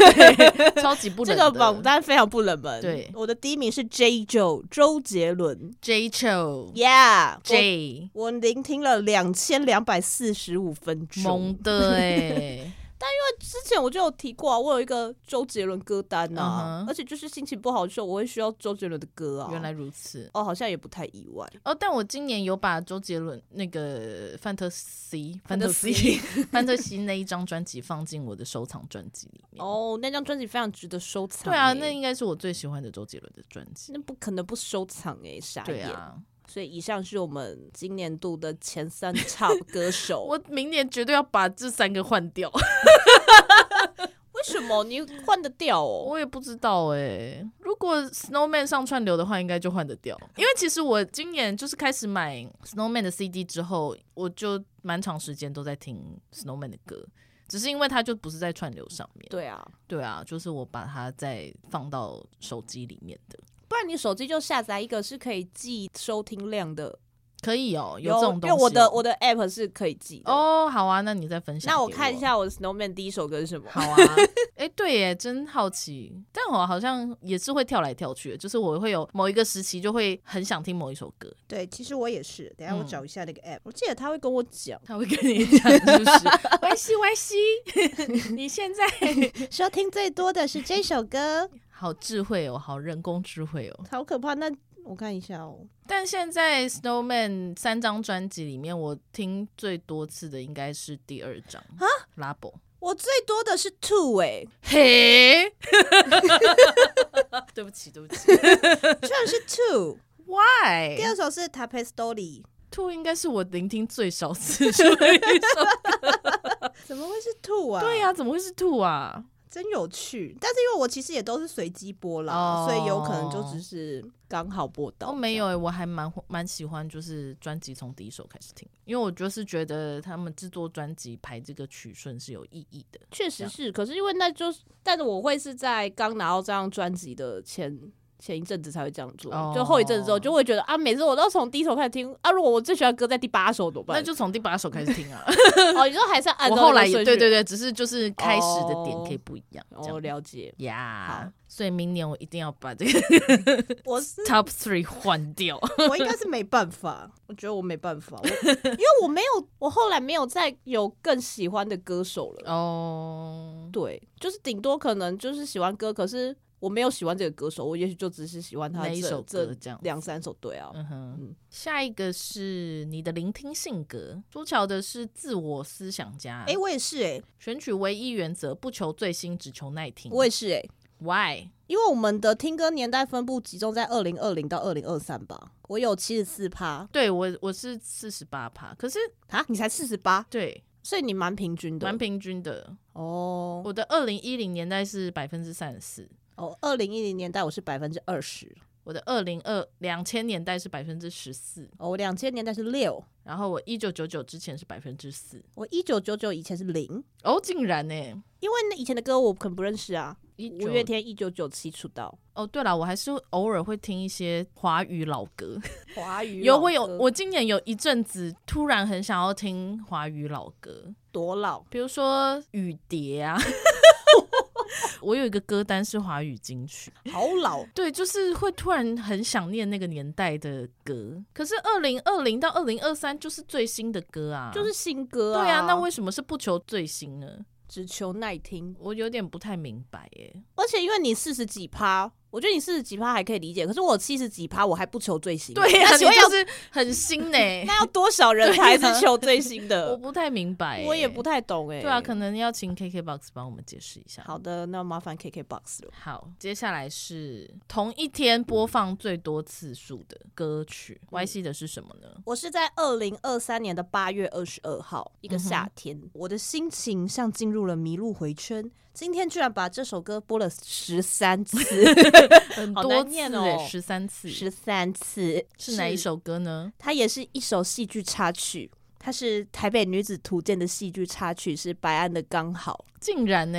Speaker 1: 超级不
Speaker 2: 这
Speaker 1: 冷
Speaker 2: 个
Speaker 1: 的
Speaker 2: 榜单非常不冷门。
Speaker 1: 对
Speaker 2: 我的第一名是 J. Jo 周杰伦
Speaker 1: J Cho
Speaker 2: ，Yeah 我
Speaker 1: J
Speaker 2: 我聆听了两千两百四十五分钟。
Speaker 1: 萌 的哎、
Speaker 2: 之前我就有提过啊，我有一个周杰伦歌单啊
Speaker 1: 嗯哼
Speaker 2: 而且就是心情不好的时候，我会需要周杰伦的歌啊。
Speaker 1: 原来如此。
Speaker 2: 哦，好像也不太意外。
Speaker 1: 哦，但我今年有把周杰伦那个《范特西》《范特西》
Speaker 2: Fantasy
Speaker 1: 《范特西》那一张专辑放进我的收藏专辑里面。
Speaker 2: 哦，那张专辑非常值得收藏欸、
Speaker 1: 对啊，那应该是我最喜欢的周杰伦的专辑。
Speaker 2: 那不可能不收藏哎、傻
Speaker 1: 对
Speaker 2: 眼。
Speaker 1: 啊，
Speaker 2: 所以以上是我们今年度的前三 top 歌手。
Speaker 1: 我明年绝对要把这三个换掉。
Speaker 2: 为什么你换得掉哦？
Speaker 1: 我也不知道哎、如果 Snowman 上串流的话，应该就换得掉。因为其实我今年就是开始买 Snowman 的 CD 之后，我就蛮长时间都在听 Snowman 的歌，只是因为它就不是在串流上面。
Speaker 2: 对啊，
Speaker 1: 对啊，就是我把它再放到手机里面的，
Speaker 2: 不然你手机就下载一个是可以记收听量的，
Speaker 1: 可以哦，有
Speaker 2: 有
Speaker 1: 这种东
Speaker 2: 因
Speaker 1: 西哦、
Speaker 2: 为我的我的 app 是可以记的。
Speaker 1: 哦，好啊，那你再分享。
Speaker 2: 那我看一。下我的 Snowman 第一首歌是什么？
Speaker 1: 好 啊，哎、对耶，真好奇。但我好像也是会跳来跳去的，就是我会有某一个时期就会很想听某一首歌，
Speaker 3: 对，其实我也是，等一下我
Speaker 1: 嗯
Speaker 3: 找一下那个 app，、
Speaker 2: 我记得他会跟我讲，
Speaker 1: 他会跟你讲，是不 是？歪西歪西，你现在
Speaker 3: 收听最多的是这首歌，
Speaker 1: 好智慧哦，好人工智慧哦。
Speaker 3: 好可怕。那我看一下哦，
Speaker 1: 但现在 Snowman 三张专辑里面，我听最多次的应该是第二张啊，Labo。
Speaker 2: 我最多的是 Two 哎、
Speaker 1: 嘿， 对不起，对不起
Speaker 3: 居然 是 Two，
Speaker 1: ，Why？
Speaker 3: 第二首是 Tapestry，
Speaker 1: Two 应该是我聆听最少次数的一首。
Speaker 3: 怎么会是 Two 啊？
Speaker 1: 对呀、怎么会是 Two 啊？
Speaker 3: 真有趣。但是因为我其实也都是随机播啦，
Speaker 1: 哦
Speaker 3: 所以有可能就只
Speaker 2: 只
Speaker 3: 是
Speaker 2: 是刚好播到。
Speaker 1: 哦，没有、欸，我还蛮蛮喜欢，就是专辑从第一首开始听，因为我就是觉得他们制作专辑排这个曲顺是有意义的。
Speaker 2: 确实
Speaker 1: 样
Speaker 2: 是，可是因为那就是，但是我会是在刚拿到这张专辑的前前一阵子才会这样做，
Speaker 1: 哦
Speaker 2: 就后一阵子之后就会觉得啊，每次我都从第一首开始听啊，如果我最喜欢的歌在第八首怎么办？
Speaker 1: 那 就从第八首开始听啊。
Speaker 2: 哦，你说还是按
Speaker 1: 我
Speaker 2: 照
Speaker 1: 后来
Speaker 2: 那
Speaker 1: 也
Speaker 2: 个顺序
Speaker 1: 对对对，只是就是开始的点
Speaker 2: 哦
Speaker 1: 可以不一样，这
Speaker 2: 哦，
Speaker 1: 样
Speaker 2: 了解。
Speaker 1: 呀。
Speaker 2: 好
Speaker 1: 所以明年我一定要把这个
Speaker 3: 我是
Speaker 1: top three 换掉。
Speaker 3: 我应该是没办法，我觉得我没办法， 我
Speaker 2: 因为我没有，我后来没有再有更喜欢的歌手了。
Speaker 1: 哦，
Speaker 2: 对，就是顶多可能就是喜欢歌，可是我没有喜欢这个歌手，我也许就只是喜欢他
Speaker 1: 哪
Speaker 2: 这
Speaker 1: 一首歌
Speaker 2: 这
Speaker 1: 这样子？
Speaker 2: 两三首。对啊，
Speaker 1: 嗯哼
Speaker 2: 嗯，
Speaker 1: 下一个是你的聆听性格。朱乔的是自我思想家，
Speaker 3: 哎、我也是哎、
Speaker 1: 选取唯一原则，不求最新，只求耐听。
Speaker 3: 我也是哎、
Speaker 1: why？
Speaker 3: 因为我们的听歌年代分布集中在二零二零到二零二三吧，我有七十四趴
Speaker 1: 对我我是四十八趴，可是
Speaker 3: 啊，你才四十八，
Speaker 1: 对
Speaker 2: 所以你蛮平均的，
Speaker 1: 蛮平均的。
Speaker 3: 哦，
Speaker 1: 我的二零一零年代是百分之三十四，
Speaker 2: 哦，二零一零年代我是百分之二十，
Speaker 1: 我的二零二两千年代是百分之十四，
Speaker 2: 哦，我两千年代是六，
Speaker 1: 然后我一九九九之前是百分之四，
Speaker 2: 我一九九九以前是零，
Speaker 1: 哦，竟然呢、
Speaker 2: 因为那以前的歌我可能不认识啊。
Speaker 1: 一
Speaker 2: 五月天一九九七出道，
Speaker 1: 哦，对了，我还是偶尔会听一些华语老歌。
Speaker 2: 华语
Speaker 1: 有
Speaker 2: 老
Speaker 1: 我有，
Speaker 2: 歌
Speaker 1: 我今年有一阵子突然很想要听华语老歌，
Speaker 2: 多老
Speaker 1: 比如说雨蝶啊。 我有一个歌单是华语金曲，
Speaker 2: 好 老，
Speaker 1: 对，就是会突然很想念那个年代的歌。可是二零二零到二零二三就是最新的歌啊，
Speaker 2: 就是新歌
Speaker 1: 对
Speaker 2: 啊
Speaker 1: 啊，，那为什么是不求最新呢？
Speaker 2: 只求耐听，
Speaker 1: 我有点不太明白耶。
Speaker 2: 而且因为你四十几趴，我觉得你四十几趴还可以理解，可是我七十几趴我还不求最新，
Speaker 1: 对呀、
Speaker 2: 那
Speaker 1: 你
Speaker 2: 请问要
Speaker 1: 就是很新呢、
Speaker 2: 啊 那要多少人 才
Speaker 1: 对啊
Speaker 2: 是求最新
Speaker 1: 我
Speaker 2: 的？
Speaker 1: 不太明白耶、
Speaker 2: 我也不太懂哎、
Speaker 1: 对啊，可能要请 KKBOX 帮我们解释一下。
Speaker 2: 好的，那麻烦 KKBOX 了。
Speaker 1: 好，接下来是同一天播放最多次数的歌曲。Y
Speaker 2: 嗯
Speaker 1: C 的是什么呢？
Speaker 2: 我是在二零二三年的八月二十二号，
Speaker 1: 嗯
Speaker 2: 一个夏天，我的心情像进入了迷路回圈。今天居然把这首歌播了十三 次，
Speaker 1: 很
Speaker 2: 好
Speaker 1: 多
Speaker 2: 难念
Speaker 1: 次
Speaker 2: 哦
Speaker 1: 欸，十三次。
Speaker 2: 十三次
Speaker 1: 是哪一？首歌呢？
Speaker 2: 它也是一首戏剧插曲，它是《台北女子图鉴》的戏剧插曲，是白安的《刚好》。
Speaker 1: 竟然呢、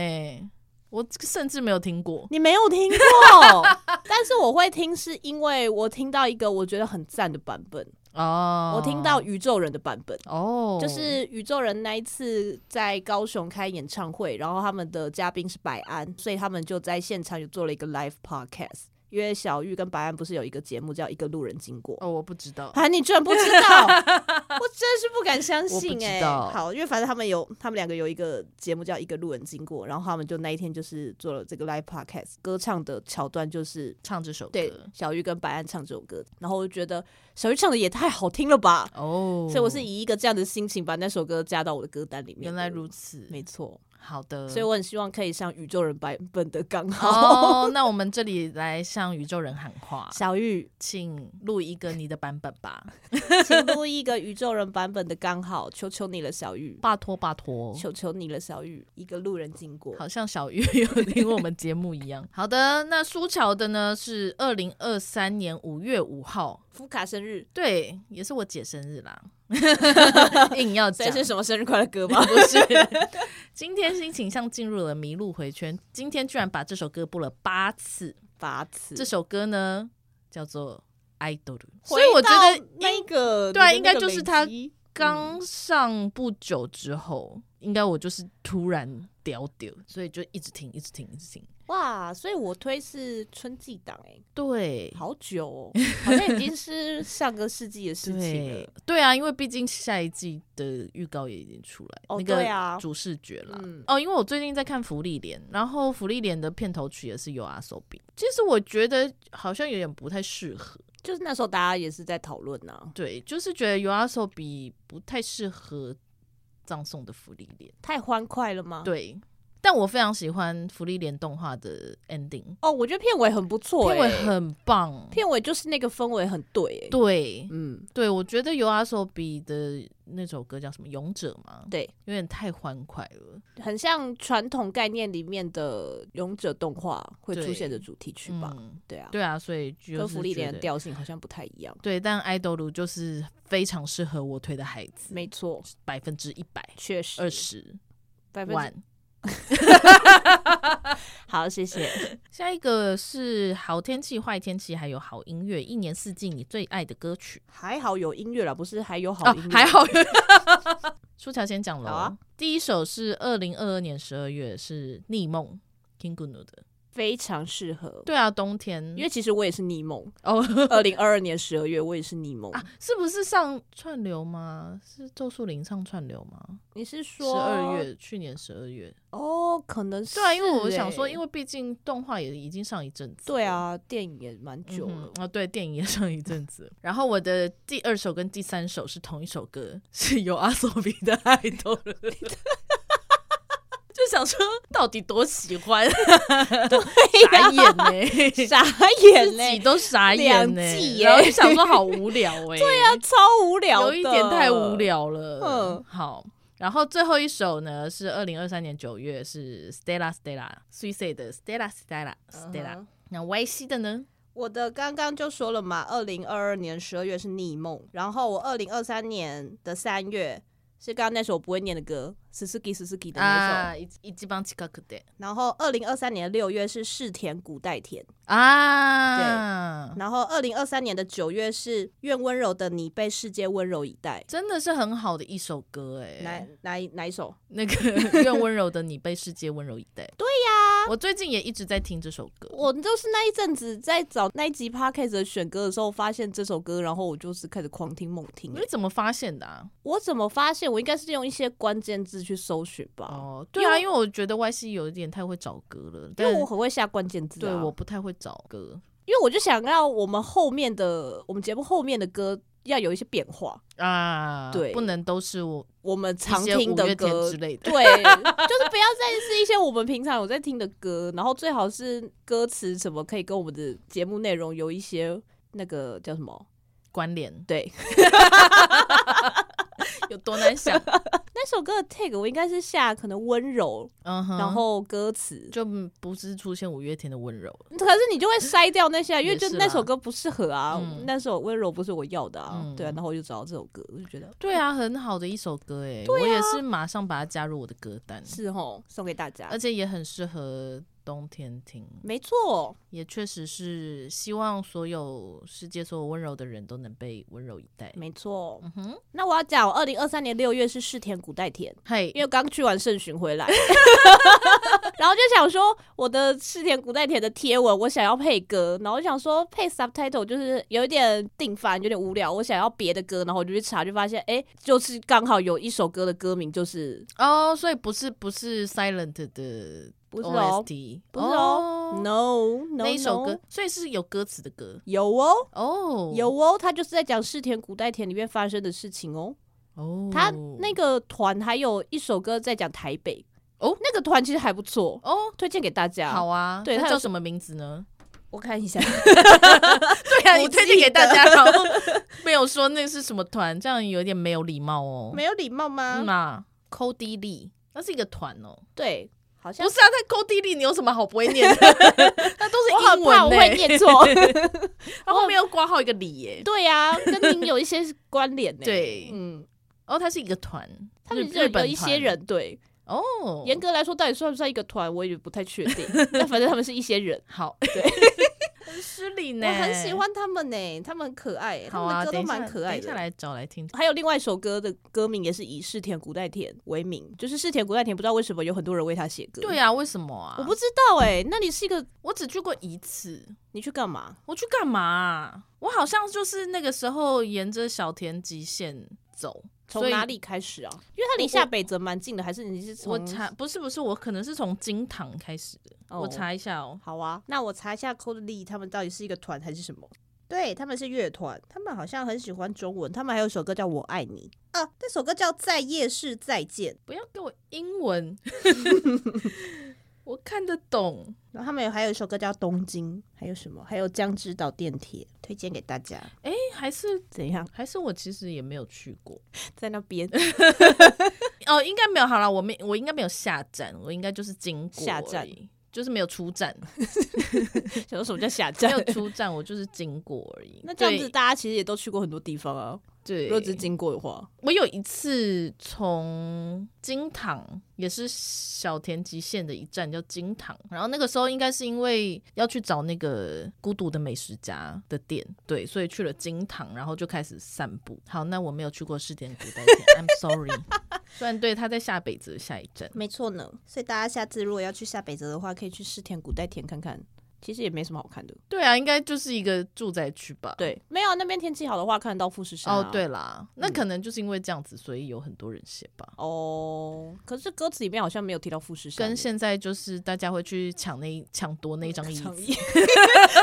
Speaker 1: 我甚至没有听过。
Speaker 2: 你没有听过， 但是我会听，是因为我听到一个我觉得很赞的版本，
Speaker 1: 哦，
Speaker 2: 我听到宇宙人的版本。
Speaker 1: 哦，
Speaker 2: 就是宇宙人那一次在高雄开演唱会，然后他们的嘉宾是白安，所以他们就在现场有做了一个 live podcast。因为小玉跟白安不是有一个节目叫《一个路人经过》
Speaker 1: 哦，我不知道。
Speaker 2: 啊，你居然不知道，我真是不敢相
Speaker 1: 我不
Speaker 2: 信
Speaker 1: 知
Speaker 2: 哎、
Speaker 1: 道
Speaker 2: 好，因为反正他们有，他们两个有一个节目叫《一个路人经过》，然后他们就那一天就是做了这个 live podcast，歌唱的桥段就是
Speaker 1: 唱这首
Speaker 2: 对
Speaker 1: 歌
Speaker 2: 小玉跟白安唱这首歌，然后我就觉得小玉唱的也太好听了吧，
Speaker 1: 哦，
Speaker 2: 所以我是以一个这样的心情把那首歌加到我的歌单里面的。
Speaker 1: 原来如此，
Speaker 2: 没错，
Speaker 1: 好的，
Speaker 2: 所以我很希望可以像宇宙人版本的 刚好。
Speaker 1: 哦，那我们这里来向宇宙人喊话，
Speaker 2: 小玉，
Speaker 1: 请录一个你的版本吧，
Speaker 2: 请录一个宇宙人版本的刚好，求求你了，小玉，
Speaker 1: 拜托拜托，
Speaker 2: 求求你了，小玉。一个路人经过，
Speaker 1: 哦好像小玉有听我们节目一样。 好的，那苏乔的呢是二零二三年五月五号，
Speaker 2: 福卡生日，
Speaker 1: 对，也是我姐生日 啦，硬要
Speaker 2: 这
Speaker 1: 讲。
Speaker 2: 是什么生日快乐 歌吗？
Speaker 1: 不是，今天心情像进入了迷路回圈。今天居然把这首歌播了八次。
Speaker 2: 八次
Speaker 1: 这首歌呢叫做《Idol》，
Speaker 2: 回
Speaker 1: 所以我觉
Speaker 2: 到
Speaker 1: 得
Speaker 2: 那个
Speaker 1: 对啊
Speaker 2: 你
Speaker 1: 应
Speaker 2: 的那
Speaker 1: 该
Speaker 2: 个
Speaker 1: 就是
Speaker 2: 累
Speaker 1: 他
Speaker 2: 积
Speaker 1: 刚上不久之后，应该我就是突然屌屌，所以就一直听，一直听，一直听。
Speaker 2: 哇，所以我推是春季档哎、
Speaker 1: 对，
Speaker 2: 好久哦，好像已经是上个世纪的事 情
Speaker 1: 对
Speaker 2: 了。，
Speaker 1: 对啊，因为毕竟下一季的预告也已经出来，那
Speaker 2: 哦对
Speaker 1: 个
Speaker 2: 啊
Speaker 1: 主视觉啦。
Speaker 2: 嗯
Speaker 1: 哦，因为我最近在看《福利莲》，然后《福利莲》的片头曲也是有阿手柄，其实我觉得好像有点不太适合。
Speaker 2: 就是那时候大家也是在讨论呐、
Speaker 1: 对，就是觉得有阿手比不太适合葬送的福利莲。
Speaker 2: 太欢快了吗？，
Speaker 1: 对，但我非常喜欢福利莲动画的 ending，
Speaker 2: 哦，我觉得片尾很不错、欸，
Speaker 1: 片尾很棒。
Speaker 2: 片尾就是那个氛围很对、欸，
Speaker 1: 对
Speaker 2: 嗯，
Speaker 1: 对，我觉得有阿手比的那首歌叫什么《勇者》吗？
Speaker 2: 对，
Speaker 1: 有点太欢快了。
Speaker 2: 很像传统概念里面的勇者动画会出现的主题曲吧？
Speaker 1: 嗯，
Speaker 2: 对啊，
Speaker 1: 对啊，所以就是
Speaker 2: 和福利莲的
Speaker 1: 觉得
Speaker 2: 调性好像不太一样，
Speaker 1: 对，但爱豆路就是非常适合我推的孩子，
Speaker 2: 没错，
Speaker 1: 百分之一百
Speaker 2: 确实
Speaker 1: 二十
Speaker 2: 百分之
Speaker 1: 万。
Speaker 2: 好，谢谢。
Speaker 1: 下一个是好天气、坏天气，还有好音乐，一年四季你最爱的歌曲
Speaker 2: 还好有音乐了，不是哦还有好
Speaker 1: 啊
Speaker 2: 音乐、，
Speaker 1: 还好。舒乔先讲了、哦
Speaker 2: 好啊
Speaker 1: 第一首是二零二二年十二月是《逆梦》Kingunu 的，
Speaker 2: 非常适合。
Speaker 1: 对啊，冬天，
Speaker 2: 因为其实我也是 逆梦，
Speaker 1: 哦
Speaker 2: 二零二二年十二月我也是逆梦。
Speaker 1: 啊，是不是上串流吗？是咒术林上串流吗？
Speaker 2: 你是
Speaker 1: 十
Speaker 2: 说
Speaker 1: 二？月，去年十二月，
Speaker 2: 哦，可能是、
Speaker 1: 对啊，因为我想说，
Speaker 2: 欸
Speaker 1: 因为毕竟动画也已经上一阵子，
Speaker 2: 对，啊，电影也蛮
Speaker 1: 嗯
Speaker 2: 久
Speaker 1: 哼
Speaker 2: 了。
Speaker 1: 哦，对，电影也上一阵子。然后我的第二首跟第三首是同一首歌，是由阿索比的《爱豆》 就想说到底多喜 欢， 傻眼呢、
Speaker 2: 傻眼
Speaker 1: 自己
Speaker 2: 嘞、
Speaker 1: 都傻眼呢、欸
Speaker 2: 两季耶
Speaker 1: 然后就 想说好无聊哎、对呀、
Speaker 2: 超无聊，
Speaker 1: 有一点太无。聊了。
Speaker 2: 嗯
Speaker 1: 好。然后最后一首呢是二零二三年九月是 Stella Stella Suicide 的 Stella Stella Stella。
Speaker 2: 嗯哼
Speaker 1: 那 YC 的呢？
Speaker 2: 我的刚刚就说了嘛，二零二二年十二月是逆梦，然后我二零二三年的三月是刚刚那首我不会念的歌，Suzuki Suzuki 的那首，
Speaker 1: 啊，一一级棒七个可得
Speaker 2: 然后二零二三年的六月是世田古代
Speaker 1: 嗯
Speaker 2: 田，
Speaker 1: 啊，
Speaker 2: 然后二零二三年的九月是愿温柔的你被世界温柔以待，
Speaker 1: 真的是很好的一首歌哎、
Speaker 2: 哪哪一哪一首？
Speaker 1: 那个 愿温柔的你被世界温柔以待。对呀、我最近也一直在听这首歌。
Speaker 2: 我就是那一阵子在找那一集 podcast 的选歌的时候，发现这首歌，然后我就是开始狂听猛听、
Speaker 1: 你
Speaker 2: 欸
Speaker 1: 怎么发现的、啊？
Speaker 2: 我怎么发现？我应该是用一些关键字去搜寻吧，
Speaker 1: 哦，对啊，因为我觉得 YC 有一点太会找歌了，
Speaker 2: 因
Speaker 1: 但
Speaker 2: 为我很会下关键字、啊。
Speaker 1: 对我不太会找歌
Speaker 2: 因为我就想要我们后面的我们节目后面的歌要有一些变化，
Speaker 1: 啊，
Speaker 2: 对
Speaker 1: 不能都是我
Speaker 2: 我们
Speaker 1: 一
Speaker 2: 常
Speaker 1: 些
Speaker 2: 听
Speaker 1: 五
Speaker 2: 的
Speaker 1: 月天
Speaker 2: 歌
Speaker 1: 之。类的。
Speaker 2: 对， 就是不要再是一些我们平常有在听的歌，然后最好是歌词什么可以跟我们的节目内容有一些那个叫什么？
Speaker 1: 关 联
Speaker 2: 对，
Speaker 1: 有多难想？
Speaker 2: 那首歌的 tag 我应该是下可能温柔，
Speaker 1: 嗯哼，
Speaker 2: 然后歌词，
Speaker 1: 就不是出现五月天的温柔了。
Speaker 2: 可是你就会筛掉那些啊，因为
Speaker 1: 也是
Speaker 2: 就
Speaker 1: 啦
Speaker 2: 那首歌不适合啊，
Speaker 1: 嗯
Speaker 2: 那首温柔不是我要的啊，
Speaker 1: 嗯
Speaker 2: 对啊，然后我就找到这首歌，我就觉得
Speaker 1: 对啊，很好的一首歌哎、我也是马上把它加入我的歌单，
Speaker 2: 啊是啊吼，送给大家
Speaker 1: 而，且也很适合冬天听，
Speaker 2: 没错，
Speaker 1: 也确实是希望所有世界所有温柔的人都能被温柔以待。
Speaker 2: 没错。
Speaker 1: 嗯哼，
Speaker 2: 那我要讲，二零二三年六月是世田古代田，
Speaker 1: 嘿，
Speaker 2: 因为刚去完圣巡回来， 然后就想说我的世田古代田的贴文，我想要配歌，然后我想说配 subtitle 就是有一点定番，有点无聊，我想要别的歌，然后我就去查，就发现哎、诶就是刚好有一首歌的歌名就是
Speaker 1: 哦，所以不是不是 Silent 的
Speaker 2: 不是哦
Speaker 1: OST，
Speaker 2: 不是哦 no no
Speaker 1: 那一首
Speaker 2: no
Speaker 1: 歌，所以是有歌词的歌
Speaker 2: 有哦。
Speaker 1: 哦，
Speaker 2: 有哦，他就是在讲世田古代田里面发生的事情哦。
Speaker 1: 哦，
Speaker 2: 他那个团还有一首歌在讲台北
Speaker 1: 哦，
Speaker 2: 那个团其实还不错，
Speaker 1: 哦。
Speaker 2: 推荐给大家。
Speaker 1: 好啊，
Speaker 2: 对
Speaker 1: 它
Speaker 2: 它有
Speaker 1: 叫
Speaker 2: 什
Speaker 1: 什么名字 呢？
Speaker 2: 我看一下，
Speaker 1: 对啊，你
Speaker 2: 我
Speaker 1: 推荐
Speaker 2: 记
Speaker 1: 给大
Speaker 2: 得
Speaker 1: 家，然 后没有说那是什么团，这样有点没有礼貌哦。
Speaker 2: 没有礼貌吗？
Speaker 1: 嗯啊，抠地利，那是一个团哦。
Speaker 2: 对，好
Speaker 1: 不
Speaker 2: 像
Speaker 1: 是啊，那抠地利你有什么好不会念 的？那都
Speaker 2: 我
Speaker 1: 是
Speaker 2: 很
Speaker 1: 英
Speaker 2: 怕
Speaker 1: 文欸
Speaker 2: 我
Speaker 1: 呢、
Speaker 2: 会 念错。
Speaker 1: 它后面又挂号一个里耶、
Speaker 2: 对呀、跟您有一些关联呢。
Speaker 1: 对
Speaker 2: 嗯，
Speaker 1: 哦，它是一个团，
Speaker 2: 他
Speaker 1: 日
Speaker 2: 们就
Speaker 1: 日
Speaker 2: 有有
Speaker 1: 本
Speaker 2: 一些
Speaker 1: 团
Speaker 2: 人对，
Speaker 1: 哦，
Speaker 2: 严格来说到底算不算一个团，我也不太确定。但反正他们是一 些人，
Speaker 1: 好，对，很失礼
Speaker 2: 我
Speaker 1: 呢。
Speaker 2: 很喜欢他们呢，他们很可爱，他
Speaker 1: 好
Speaker 2: 们
Speaker 1: 啊，
Speaker 2: 的歌
Speaker 1: 等
Speaker 2: 都
Speaker 1: 一下
Speaker 2: 蛮可爱
Speaker 1: 等一下
Speaker 2: 的。
Speaker 1: 来找来听。
Speaker 2: 还有另外一首歌的歌名也是以世田古代田为名，就是世田古代田，不知道为什么有很多人为他写歌。
Speaker 1: 对、啊，为什么啊？
Speaker 2: 我不，知道哎、那里是一个，
Speaker 1: 我只去过一次。
Speaker 2: 你去干嘛？
Speaker 1: 我去干嘛啊、我好像就是那个时候沿着小田急线走，所
Speaker 2: 从
Speaker 1: 以
Speaker 2: 哪里开始啊？因为它离下北泽蛮近的，还是你是从
Speaker 1: 我查不是不是，我可能是从金堂开始的。
Speaker 2: 哦
Speaker 1: 我查一下哦。
Speaker 2: 好啊，那我查一下 Cold Lee 他们到底是一个团还是什么？对，他们是乐团，他们好像很喜欢中文，他们还有一首歌叫《我爱你》啊，那首歌叫《在夜市再见》，
Speaker 1: 不要给我英文， 我看得懂。
Speaker 2: 然后他们有还有一首歌叫《东京》，还有什么？还有《江之岛电铁》，推荐给大家。
Speaker 1: 哎、还是
Speaker 2: 怎样？
Speaker 1: 还是我其实也没有去过。
Speaker 2: 在那边
Speaker 1: 哦，应该没有。好了，我没，我应该没有下站，我应该就是经过
Speaker 2: 下
Speaker 1: 而
Speaker 2: 站
Speaker 1: 已，就是没有出 站，
Speaker 2: 想说什么叫下
Speaker 1: 没
Speaker 2: 站
Speaker 1: 有？出站，我就是经过而已。
Speaker 2: 那这样子，
Speaker 1: 对
Speaker 2: 大家其实也都去过很多地方啊。
Speaker 1: 对，
Speaker 2: 如果只是经过的话，
Speaker 1: 我有一次从金堂，也是小田急线的一站叫金堂，然后那个时候应该是因为要去找那个孤独的美食家的店，对，所以去了金堂，然后就开始散步。好，那我没有去过世田古代田 ，I'm sorry。虽然对他在下北泽下一站，
Speaker 2: 没错呢。所以大家下次如果要去下北泽的话，可以去世田古代田看看，其实也没什么好看的。
Speaker 1: 对啊，应该就是一个住宅区吧？。
Speaker 2: 对，啊没有啊那边天气好的话，看得到富士山、
Speaker 1: 哦，对。啦，那可能就是因为这样子，所以有很多人写吧。
Speaker 2: 哦，可是歌词里面好像没有提到富士山耶，
Speaker 1: 跟现在就是大家会去抢那一抢夺那一张椅子
Speaker 2: 抢，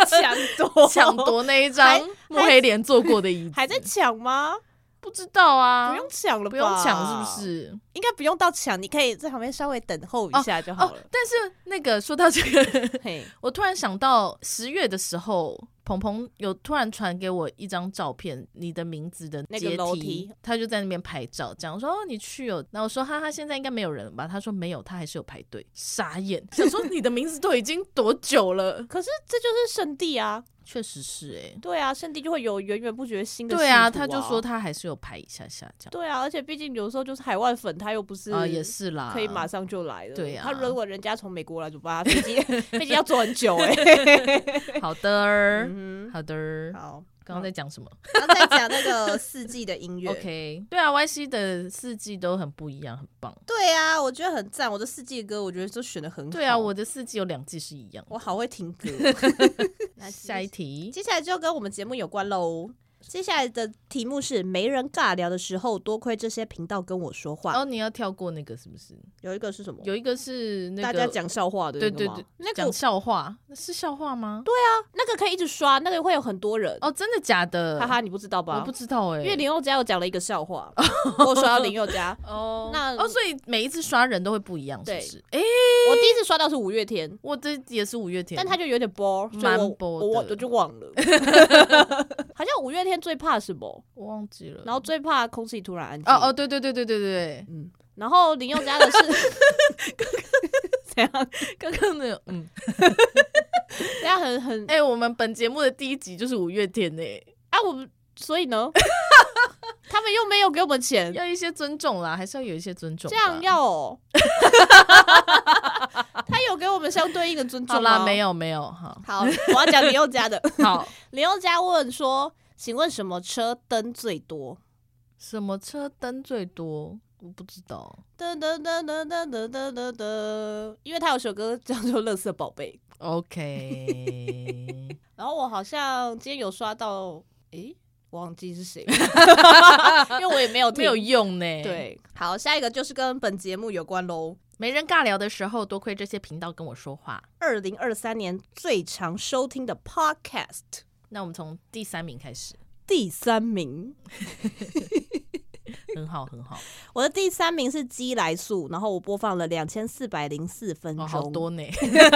Speaker 2: 抢 夺
Speaker 1: 抢夺那一张
Speaker 2: 还
Speaker 1: 慕黑莲做过的椅子，
Speaker 2: 还在抢吗？
Speaker 1: 不知道啊，
Speaker 2: 不用抢了吧，
Speaker 1: 不用抢是不？是？
Speaker 2: 应该不用到抢，你可以在旁边稍微等候一下就好
Speaker 1: 哦
Speaker 2: 了，。
Speaker 1: 但是那个说到这个，
Speaker 2: 嘿，
Speaker 1: 我突然想到十月的时候。鹏鹏有突然传给我一张照片，你的名字的
Speaker 2: 那个
Speaker 1: 阶
Speaker 2: 楼
Speaker 1: 梯
Speaker 2: 梯，
Speaker 1: 他就在那边拍照，讲说哦你去哦，然后我说哈哈，现在应该没有人了吧？他说没有，他还是有排队，傻 眼，想说你的名字都已经多久了？
Speaker 2: 可是这就是圣地啊，
Speaker 1: 确实是哎、
Speaker 2: 对啊，圣地就会有源源不绝新的、
Speaker 1: 对啊，他就说，他还是有排一下下这样，
Speaker 2: 对啊，而且毕竟有时候就是海外粉，他又不是
Speaker 1: 啊、也是啦，
Speaker 2: 可以马上就来的。
Speaker 1: 对啊
Speaker 2: 他如果人家从美国来，怎么办？飞 机飞机要坐很久哎、
Speaker 1: 好的儿，
Speaker 2: 嗯
Speaker 1: 好的儿
Speaker 2: 哼，，好，
Speaker 1: 刚刚在讲什么
Speaker 3: 然后再讲那个四季的 音乐。
Speaker 1: ？OK，对啊，Y C 的四季都很不一样，很棒。
Speaker 3: 对啊，我觉得很赞。我的四季的歌，我觉得都选的很好。
Speaker 1: 对啊，我的四季有两季是一样
Speaker 2: 哦
Speaker 1: 的。
Speaker 3: 我好会听 歌。那
Speaker 1: 下一题，
Speaker 3: 接下来就跟我们节目有关喽。接下来的题目是没人尬聊的时候，多亏这些频道跟我说话。
Speaker 1: 哦，你要跳过那个是不是？
Speaker 3: 有一个是什么？
Speaker 1: 有一个是那
Speaker 3: 大
Speaker 1: 个
Speaker 3: 家讲笑话的
Speaker 1: 对
Speaker 3: 那个
Speaker 1: 对
Speaker 3: 吗
Speaker 1: 对，
Speaker 2: 那个
Speaker 1: 讲笑话，那是笑话吗？对，
Speaker 2: 那个可以一直刷，那个会有很多人。
Speaker 1: 哦，真的假的？
Speaker 2: 哈哈，你不知道吧？
Speaker 1: 我不知道哎，
Speaker 2: 因为林宥嘉有讲了一个 笑话，我刷到林宥嘉，
Speaker 1: 哦，
Speaker 2: 那
Speaker 1: 哦，所以每一次刷人都会不一样，是不是？哎，
Speaker 2: 我第一次刷到是五月天，
Speaker 1: 我的也是五月天，欸
Speaker 2: 但他就有点 bore，所以
Speaker 1: 蛮
Speaker 2: 我
Speaker 1: bore
Speaker 2: 我忘
Speaker 1: 的
Speaker 2: 我就忘了，好像五月天最怕什么？
Speaker 1: 我忘记了。
Speaker 2: 然后最怕空气突然安静。
Speaker 1: 嗯哦哦，，对对对对对对
Speaker 2: 嗯， 然后林宥嘉的 是怎样？
Speaker 1: 对，刚刚那个嗯，
Speaker 2: 人家很很
Speaker 1: 哎、我们本节目的第一集就是五月天哎、
Speaker 2: 啊，我们所以呢，他们又没有给我们钱，
Speaker 1: 要一些尊重啦，还是要有一些尊重吧。
Speaker 2: 这样要哦。 他有给我们相对应的尊
Speaker 1: 好
Speaker 2: 重
Speaker 1: 啦，
Speaker 2: 吗？
Speaker 1: 没有没有，好
Speaker 3: 好，我要讲林宥嘉的。
Speaker 1: 好，
Speaker 2: 林宥嘉问说：“请问什么车灯最多？”
Speaker 1: 什么车灯最多？我不知道
Speaker 2: 噔噔噔噔噔噔噔噔噔，因为他有首歌叫做《乐色宝贝》，
Speaker 1: ，OK，
Speaker 2: 然后我好像今天有刷到，诶，忘记是谁， 因为我也没有
Speaker 1: 没
Speaker 2: 听
Speaker 1: 有。用呢、，
Speaker 2: 对，
Speaker 3: 好，下一个就是跟本节目有关喽。
Speaker 1: 没人尬聊的时候，多亏这些频道跟我说话。
Speaker 3: 二零二三年最常收听的 Podcast
Speaker 1: 那我们从第三名开始，
Speaker 3: 第三名，
Speaker 1: 很好 很好，
Speaker 3: 我的第三名是鸡来素，然后我播放了两千四百零四分钟、
Speaker 1: 哦，好多呢，
Speaker 2: 可是因为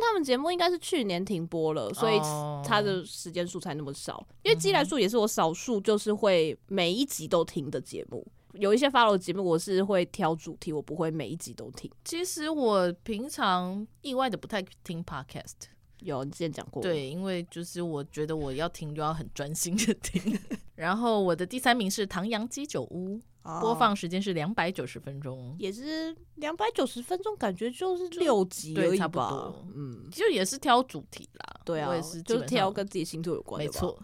Speaker 2: 他们节目应该是去年停播了， 所以
Speaker 1: 哦
Speaker 2: 他的时间数才那么少。因为
Speaker 3: 嗯
Speaker 2: 《鸡来数》也是我少数就是会每一集都听的节目。有一些 follow 的节目，我是会挑主题，我不会每一集都听。
Speaker 1: 其实我平常意外的不太听 podcast，
Speaker 2: 有你之前讲过，，
Speaker 1: 对，因为就是我觉得我要听就要很专心的听。 然后我的第三名是唐扬鸡酒屋，
Speaker 3: 哦
Speaker 1: 播放时间是两百九十分钟，
Speaker 2: 也是两百九十分钟，感觉就是六集
Speaker 1: 对
Speaker 2: 而已
Speaker 1: 差不
Speaker 2: 吧
Speaker 1: 多
Speaker 2: 嗯，
Speaker 1: 就也是挑主题啦。
Speaker 2: 对啊，
Speaker 1: 我也是基
Speaker 2: 就
Speaker 1: 本
Speaker 2: 是
Speaker 1: 上
Speaker 2: 挑跟自己星座有关的
Speaker 1: 没
Speaker 2: 吧，
Speaker 1: 错，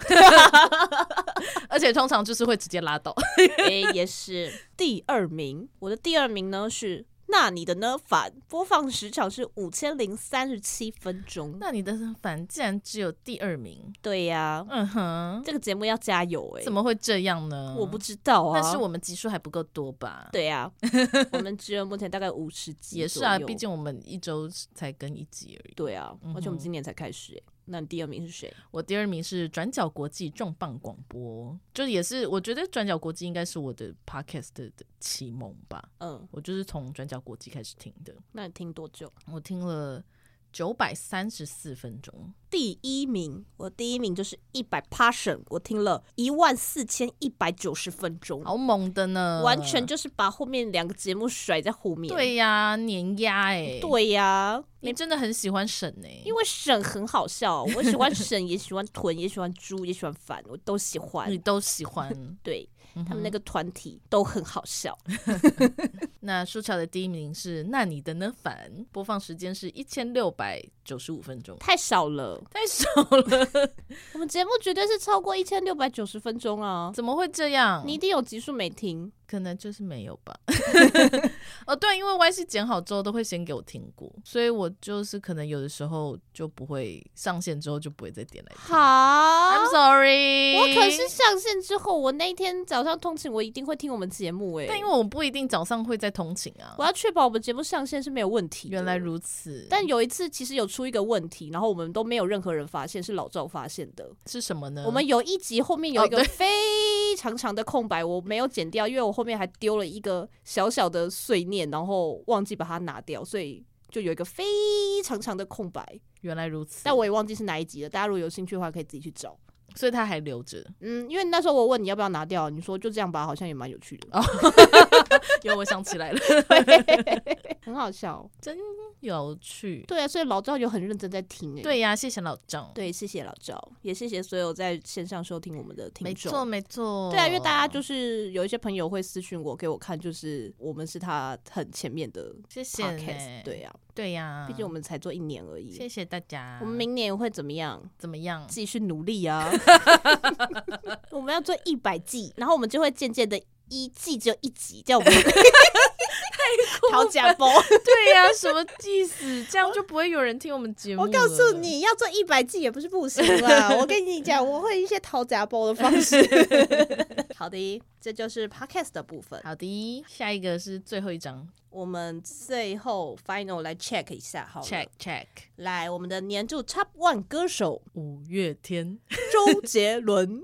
Speaker 1: 而且通常就是会直接拉倒。
Speaker 2: 诶，也是
Speaker 3: 第二名，我的第二名呢是《那你的呢反》，播放时长是五千零三十七分钟。
Speaker 1: 那你的反竟然只有第二名，
Speaker 3: 对呀、
Speaker 1: 嗯哼，
Speaker 3: 这个节目要加油哎、
Speaker 1: 怎么会这样呢？
Speaker 3: 我不知道啊。
Speaker 1: 但 是我们集数还不够多吧？，
Speaker 3: 对呀、 我们只有目前大概五十集
Speaker 1: 也是啊，
Speaker 3: 左右
Speaker 1: 毕竟我们一周才更一集而已。
Speaker 3: 对啊
Speaker 1: 嗯，哼
Speaker 3: 而且我们今年才开始、欸。那你第二名是谁？
Speaker 1: 我第二名是转角国际重磅广播，就也是我觉得转角国际应该是我的 podcast 的的启蒙吧。
Speaker 3: 嗯，
Speaker 1: 我就是从转角国际开始听的，
Speaker 3: 那你听多久？
Speaker 1: 我听了九百三十四分钟，
Speaker 3: 第一名，我第一名就是一百 passion，我听了一万四千一百九十分钟，
Speaker 1: 好猛的呢！
Speaker 3: 完全就是把后面两个节目甩在后面。
Speaker 1: 嗯对呀、碾压哎、
Speaker 3: 对呀、
Speaker 1: 你真的很喜欢沈哎、
Speaker 3: 因为沈很好笑，我喜 欢沈，也喜欢豚，也喜欢猪，也喜欢反，我都喜欢
Speaker 1: 你。都喜欢
Speaker 3: 对
Speaker 1: 嗯哼
Speaker 3: 他们那个团体都很好笑。
Speaker 1: 那舒乔的第一名是《那你的呢反》，播放时间是一千六百九十五分钟，
Speaker 2: 太少了。
Speaker 1: 太少了，
Speaker 2: 我们节目绝对是超过一千六百九十分钟啊！
Speaker 1: 怎么会这样？
Speaker 2: 你一定有集数没听，
Speaker 1: 可能就是没有吧。 哦，对，因为 Y 是剪好之后都会先给我听过，所以我就是可能有的时候就不会上线之后就不会再点来听。
Speaker 2: 好，
Speaker 1: I'm
Speaker 2: 我
Speaker 1: sorry，
Speaker 2: 可是，上线之后，我那一天早上通勤，我一定会听我们节目欸诶、
Speaker 1: 但因为我不一定早上会在通勤啊
Speaker 2: 我。要确保我们节目上线是没有问题的。
Speaker 1: 原来如此，
Speaker 2: 但有一次其实有出一个问题，然后我们都没有任何人发现，是老赵发现的。
Speaker 1: 是什么呢？
Speaker 2: 我们有一集后面有
Speaker 1: 哦
Speaker 2: 一个
Speaker 1: 对
Speaker 2: 非常长的空白，我没有剪掉，因为我后面还丢了一个小小的碎念，然后忘记把它拿掉，所以就有一个非常长的空白。
Speaker 1: 原来如此。
Speaker 2: 但我也忘记是哪一集了。大家如果有兴趣的话，可以自己去找。
Speaker 1: 所以他还留着。
Speaker 2: 嗯，因为那时候我问你要不要拿掉，你说就这样吧，好像也蛮有趣的，
Speaker 1: 有，我想起 来了，
Speaker 2: 很好笑。
Speaker 1: 有趣。
Speaker 2: 对啊，所以老赵有很认真在听诶、欸
Speaker 1: 对呀、谢谢老张。
Speaker 2: 对，谢谢老赵，也谢谢所有在线上收听我们的听众。
Speaker 1: 没错
Speaker 2: 对啊，因为大家就是有一些朋友会私讯我给我看，就是我们是他很前面的
Speaker 1: 谢谢
Speaker 2: podcast。对啊，
Speaker 1: 对呀、
Speaker 2: 毕竟我们才做一年而已。
Speaker 1: 欸嗯谢啊谢大家。
Speaker 2: 我们明年会怎么样？
Speaker 1: 怎么 样？
Speaker 2: 继续努力啊！ 我们要做一百季，然后我们就会渐渐的一季只有一集，叫我们讨假包。
Speaker 1: 对呀、什么意 思？这样就不会有人听我们节目。
Speaker 3: 我告诉，你要做一百季也不是不行
Speaker 2: 啊
Speaker 3: 啦。我跟你讲，我会一些掏夹包的方式。
Speaker 2: 好的，这就是 podcast 的部分。
Speaker 1: 好的，下一个是最后一张
Speaker 2: 我们最后 final 来 check 一下好了
Speaker 1: ，check check，
Speaker 2: 来我们的年度 top one 歌手
Speaker 1: 五月天
Speaker 2: 周杰 伦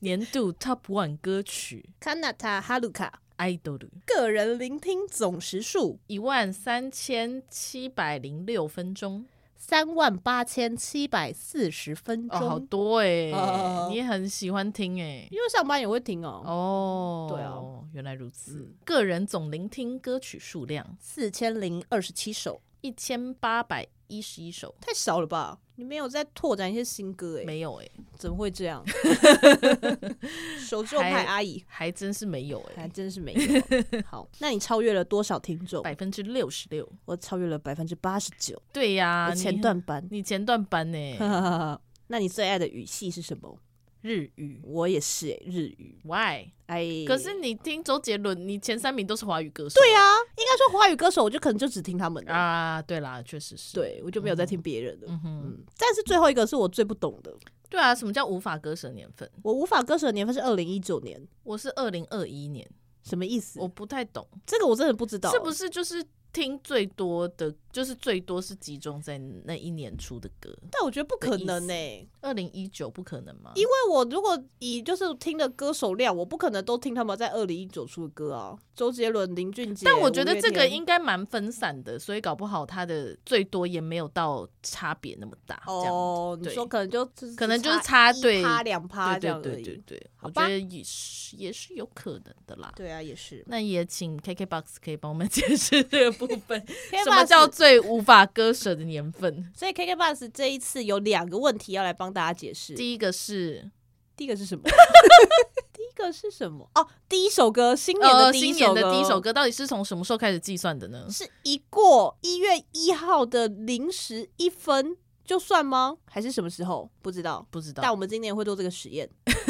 Speaker 1: 年度 Top One 歌曲
Speaker 2: Kanata Haruka，
Speaker 1: ，idol
Speaker 2: 个人聆听总时数
Speaker 1: 一万三千七百零六分钟，
Speaker 2: 三万八千七百四十分
Speaker 1: 哦，
Speaker 2: 钟。
Speaker 1: 好多哎、
Speaker 2: 哦
Speaker 1: 你也很喜欢听哎、
Speaker 2: 因为上班也会听哦，
Speaker 1: 哦，
Speaker 2: 对啊，
Speaker 1: 原来如此。个人总聆听歌曲数量
Speaker 2: 四千零二十七首，
Speaker 1: 一千八百一十一首，
Speaker 2: 太少了吧？你没有在拓展一些新歌哎、
Speaker 1: 没有哎、
Speaker 2: 怎么会这 样？守旧
Speaker 1: 还
Speaker 2: 派阿姨
Speaker 1: 还真是没有哎、
Speaker 2: 还真是没有。 好，那你超越了多少听众？
Speaker 1: 百分之六十六。
Speaker 2: 我超越了百分之八十九，
Speaker 1: 对呀、
Speaker 2: 我
Speaker 1: 你
Speaker 2: 前段班。
Speaker 1: 你前段班呢、
Speaker 2: 那你最爱的语系是什么？
Speaker 1: 日语
Speaker 2: 我也是、欸、日语。
Speaker 1: why？
Speaker 2: 哎，
Speaker 1: 可是你听周杰伦，你前三名都是华语歌手。
Speaker 2: 对啊，应该说华语歌手，我就可能就只听他们的，
Speaker 1: 啊，对啦，确实是。
Speaker 2: 对我就没有在听别人的。
Speaker 1: 嗯哼，
Speaker 2: 嗯，但是最后一个是我最不懂的，
Speaker 1: 对啊，什么叫无法割舍年份？
Speaker 2: 我无法歌手的年份是二零一九年，
Speaker 1: 我是二零二一年，
Speaker 2: 什么意思
Speaker 1: 我？不太懂，
Speaker 2: 这个我真的不知道，
Speaker 1: 是不是就是听最多的，就是最多是集中在那一年出的歌？
Speaker 2: 但我觉得不可能呢、欸
Speaker 1: 二零一九不可能吗？
Speaker 2: 因为我如果以就是听的歌手量，我不可能都听他们在二零一九出的歌啊，周杰伦、林俊杰。
Speaker 1: 但我觉
Speaker 2: 五
Speaker 1: 得
Speaker 2: 月
Speaker 1: 这个
Speaker 2: 天
Speaker 1: 应该蛮分散的，所以搞不好它的最多也没有到差别那么大。这样
Speaker 2: 哦，你
Speaker 1: 对
Speaker 2: 说可能就
Speaker 1: 可能就是
Speaker 2: 差
Speaker 1: 差对
Speaker 2: 一趴两趴这
Speaker 1: 对
Speaker 2: 样而
Speaker 1: 对对
Speaker 2: 已
Speaker 1: 对。对，
Speaker 2: 好
Speaker 1: 我
Speaker 2: 吧
Speaker 1: 觉得也是也是有可能的啦。
Speaker 2: 对啊，也是。
Speaker 1: 那也请 KKBOX 可以帮我们 解释这个部 分，什
Speaker 2: 什
Speaker 1: 么叫最无法割舍的年份？
Speaker 2: 所以 KK Bus 这一次有两个问题要来帮大家解释。第
Speaker 1: 第一个是
Speaker 2: 第一个是什么？ 第一个是什么？ 哦，第一首歌，新年的
Speaker 1: 呃，
Speaker 2: 第一
Speaker 1: 新
Speaker 2: 首
Speaker 1: 年
Speaker 2: 歌，
Speaker 1: 的第一首歌到底是从什么时候开始计算的呢？
Speaker 2: 是一过一月一号的零时一分就算吗？还是什么时候？不知道。
Speaker 1: 不知
Speaker 2: 但
Speaker 1: 道
Speaker 2: 我，们今年会做这个实验。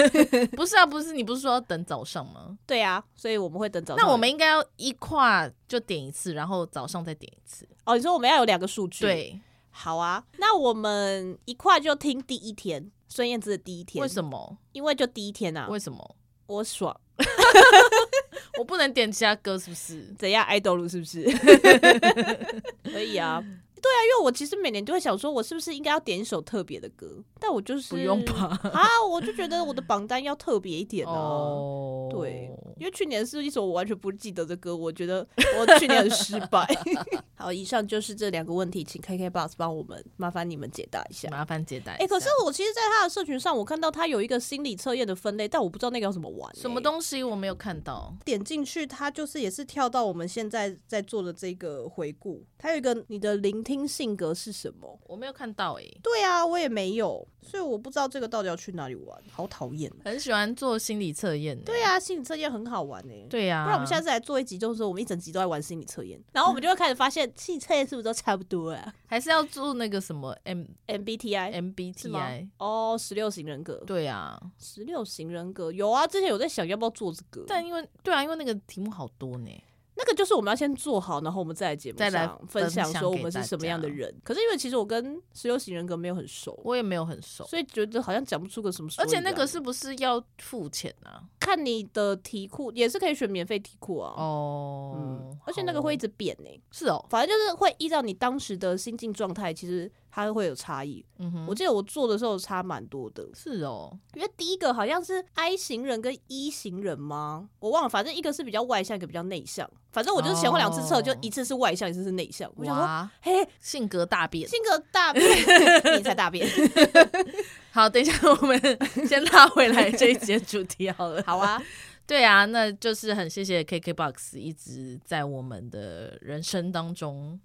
Speaker 1: 不是啊，不是，你不是说要等早上吗？
Speaker 2: 对啊，所以我们会等早上。
Speaker 1: 那我们应该要一跨就点一次，然后早上再点一次。
Speaker 2: 哦，你说我们要有两个数据？，
Speaker 1: 对，
Speaker 2: 好啊。那我们一块就听第一天孙燕姿的第一天。
Speaker 1: 为什
Speaker 2: 么？
Speaker 1: 么？
Speaker 2: 因为就第一天啊，
Speaker 1: 为什么？
Speaker 2: 我爽。
Speaker 1: 我不能点其他歌，是不 是？
Speaker 2: 怎样爱豆路是不是？ 可以啊，对啊，因为我其实每年就会想说，我是不是应该要点一首特别的歌？但我就是
Speaker 1: 不用吧？
Speaker 2: 啊，我就觉得我的榜单要特别一点哦、
Speaker 1: 哦，
Speaker 2: 对，因为去年是一首我完全不记得的歌，我觉得我去年很失败。 好，以上就是这两个问题，请 KKBOX 帮我们麻烦你们解答一下。
Speaker 1: 麻烦解答一下。
Speaker 2: 哎、可是我其实，在他的社群上，我看到他有一个心理测验的分类，但我不知道那个要怎么玩、
Speaker 1: 什么
Speaker 2: 欸
Speaker 1: 东西我没有看到？
Speaker 2: 点进去，它就是也是跳到我们现在在做的这个回顾。它有一个你的聆听性格是什么？
Speaker 1: 我没有看到欸诶、
Speaker 2: 对啊，我也没有，所以我不知道这个到底要去哪里玩，好讨厌。啊
Speaker 1: 很喜欢做心理测验、欸
Speaker 2: 对，啊，心理测验很好玩呢、
Speaker 1: 对啊呀、
Speaker 2: 不然我们下次来做一集，就是说我们一整集都在玩心理测验，然后 我们就会开始发现心理测验是不是都差不多啊
Speaker 1: 还是要做那个什么 M
Speaker 2: ？MBTI
Speaker 1: MBTI
Speaker 2: 哎是吗？哦，十六型人格，
Speaker 1: 对啊，
Speaker 2: 十六型人格有啊，之前有在想要不要做这个，
Speaker 1: 但因为对啊，因为那个题目好多呢。
Speaker 2: 那个就是我们要先做好，然后我们再来节目
Speaker 1: 再来
Speaker 2: 上分享
Speaker 1: 分享
Speaker 2: 说我
Speaker 1: 给
Speaker 2: 们是
Speaker 1: 大
Speaker 2: 什么样的
Speaker 1: 家
Speaker 2: 人。可是因为其实我跟十六型人格没有很熟，
Speaker 1: 我也没有很熟，
Speaker 2: 所以觉得好像讲不出个什么所以
Speaker 1: 而
Speaker 2: 然。
Speaker 1: 且那个是不是要付钱啊？
Speaker 2: 看你的题库，也是可以选免费题库啊。
Speaker 1: 哦，
Speaker 2: 嗯，而且那个会一
Speaker 1: 好
Speaker 2: 直变呢、
Speaker 1: 是哦，
Speaker 2: 反正就是会依照你当时的心境状态，其实它会有差异。
Speaker 1: 嗯哼，
Speaker 2: 我记得我做的时候差蛮多的，
Speaker 1: 是哦，
Speaker 2: 因为第一个好像是 I 型人跟 E 型人吗？我忘了，反正一个是比较外向，一个比较内向。反正我就是前后两次测，
Speaker 1: 哦
Speaker 2: 就一次是外向，一次是内向。我想说，
Speaker 1: 哇，
Speaker 2: 嘿，
Speaker 1: 性格大变。
Speaker 2: 性格大变，你才 大变，
Speaker 1: 好，等一下我 们先拉回来这一节主题好了。
Speaker 2: 好啊，
Speaker 1: 对啊，那就是很谢谢 KKBOX 一直在我们的人生当中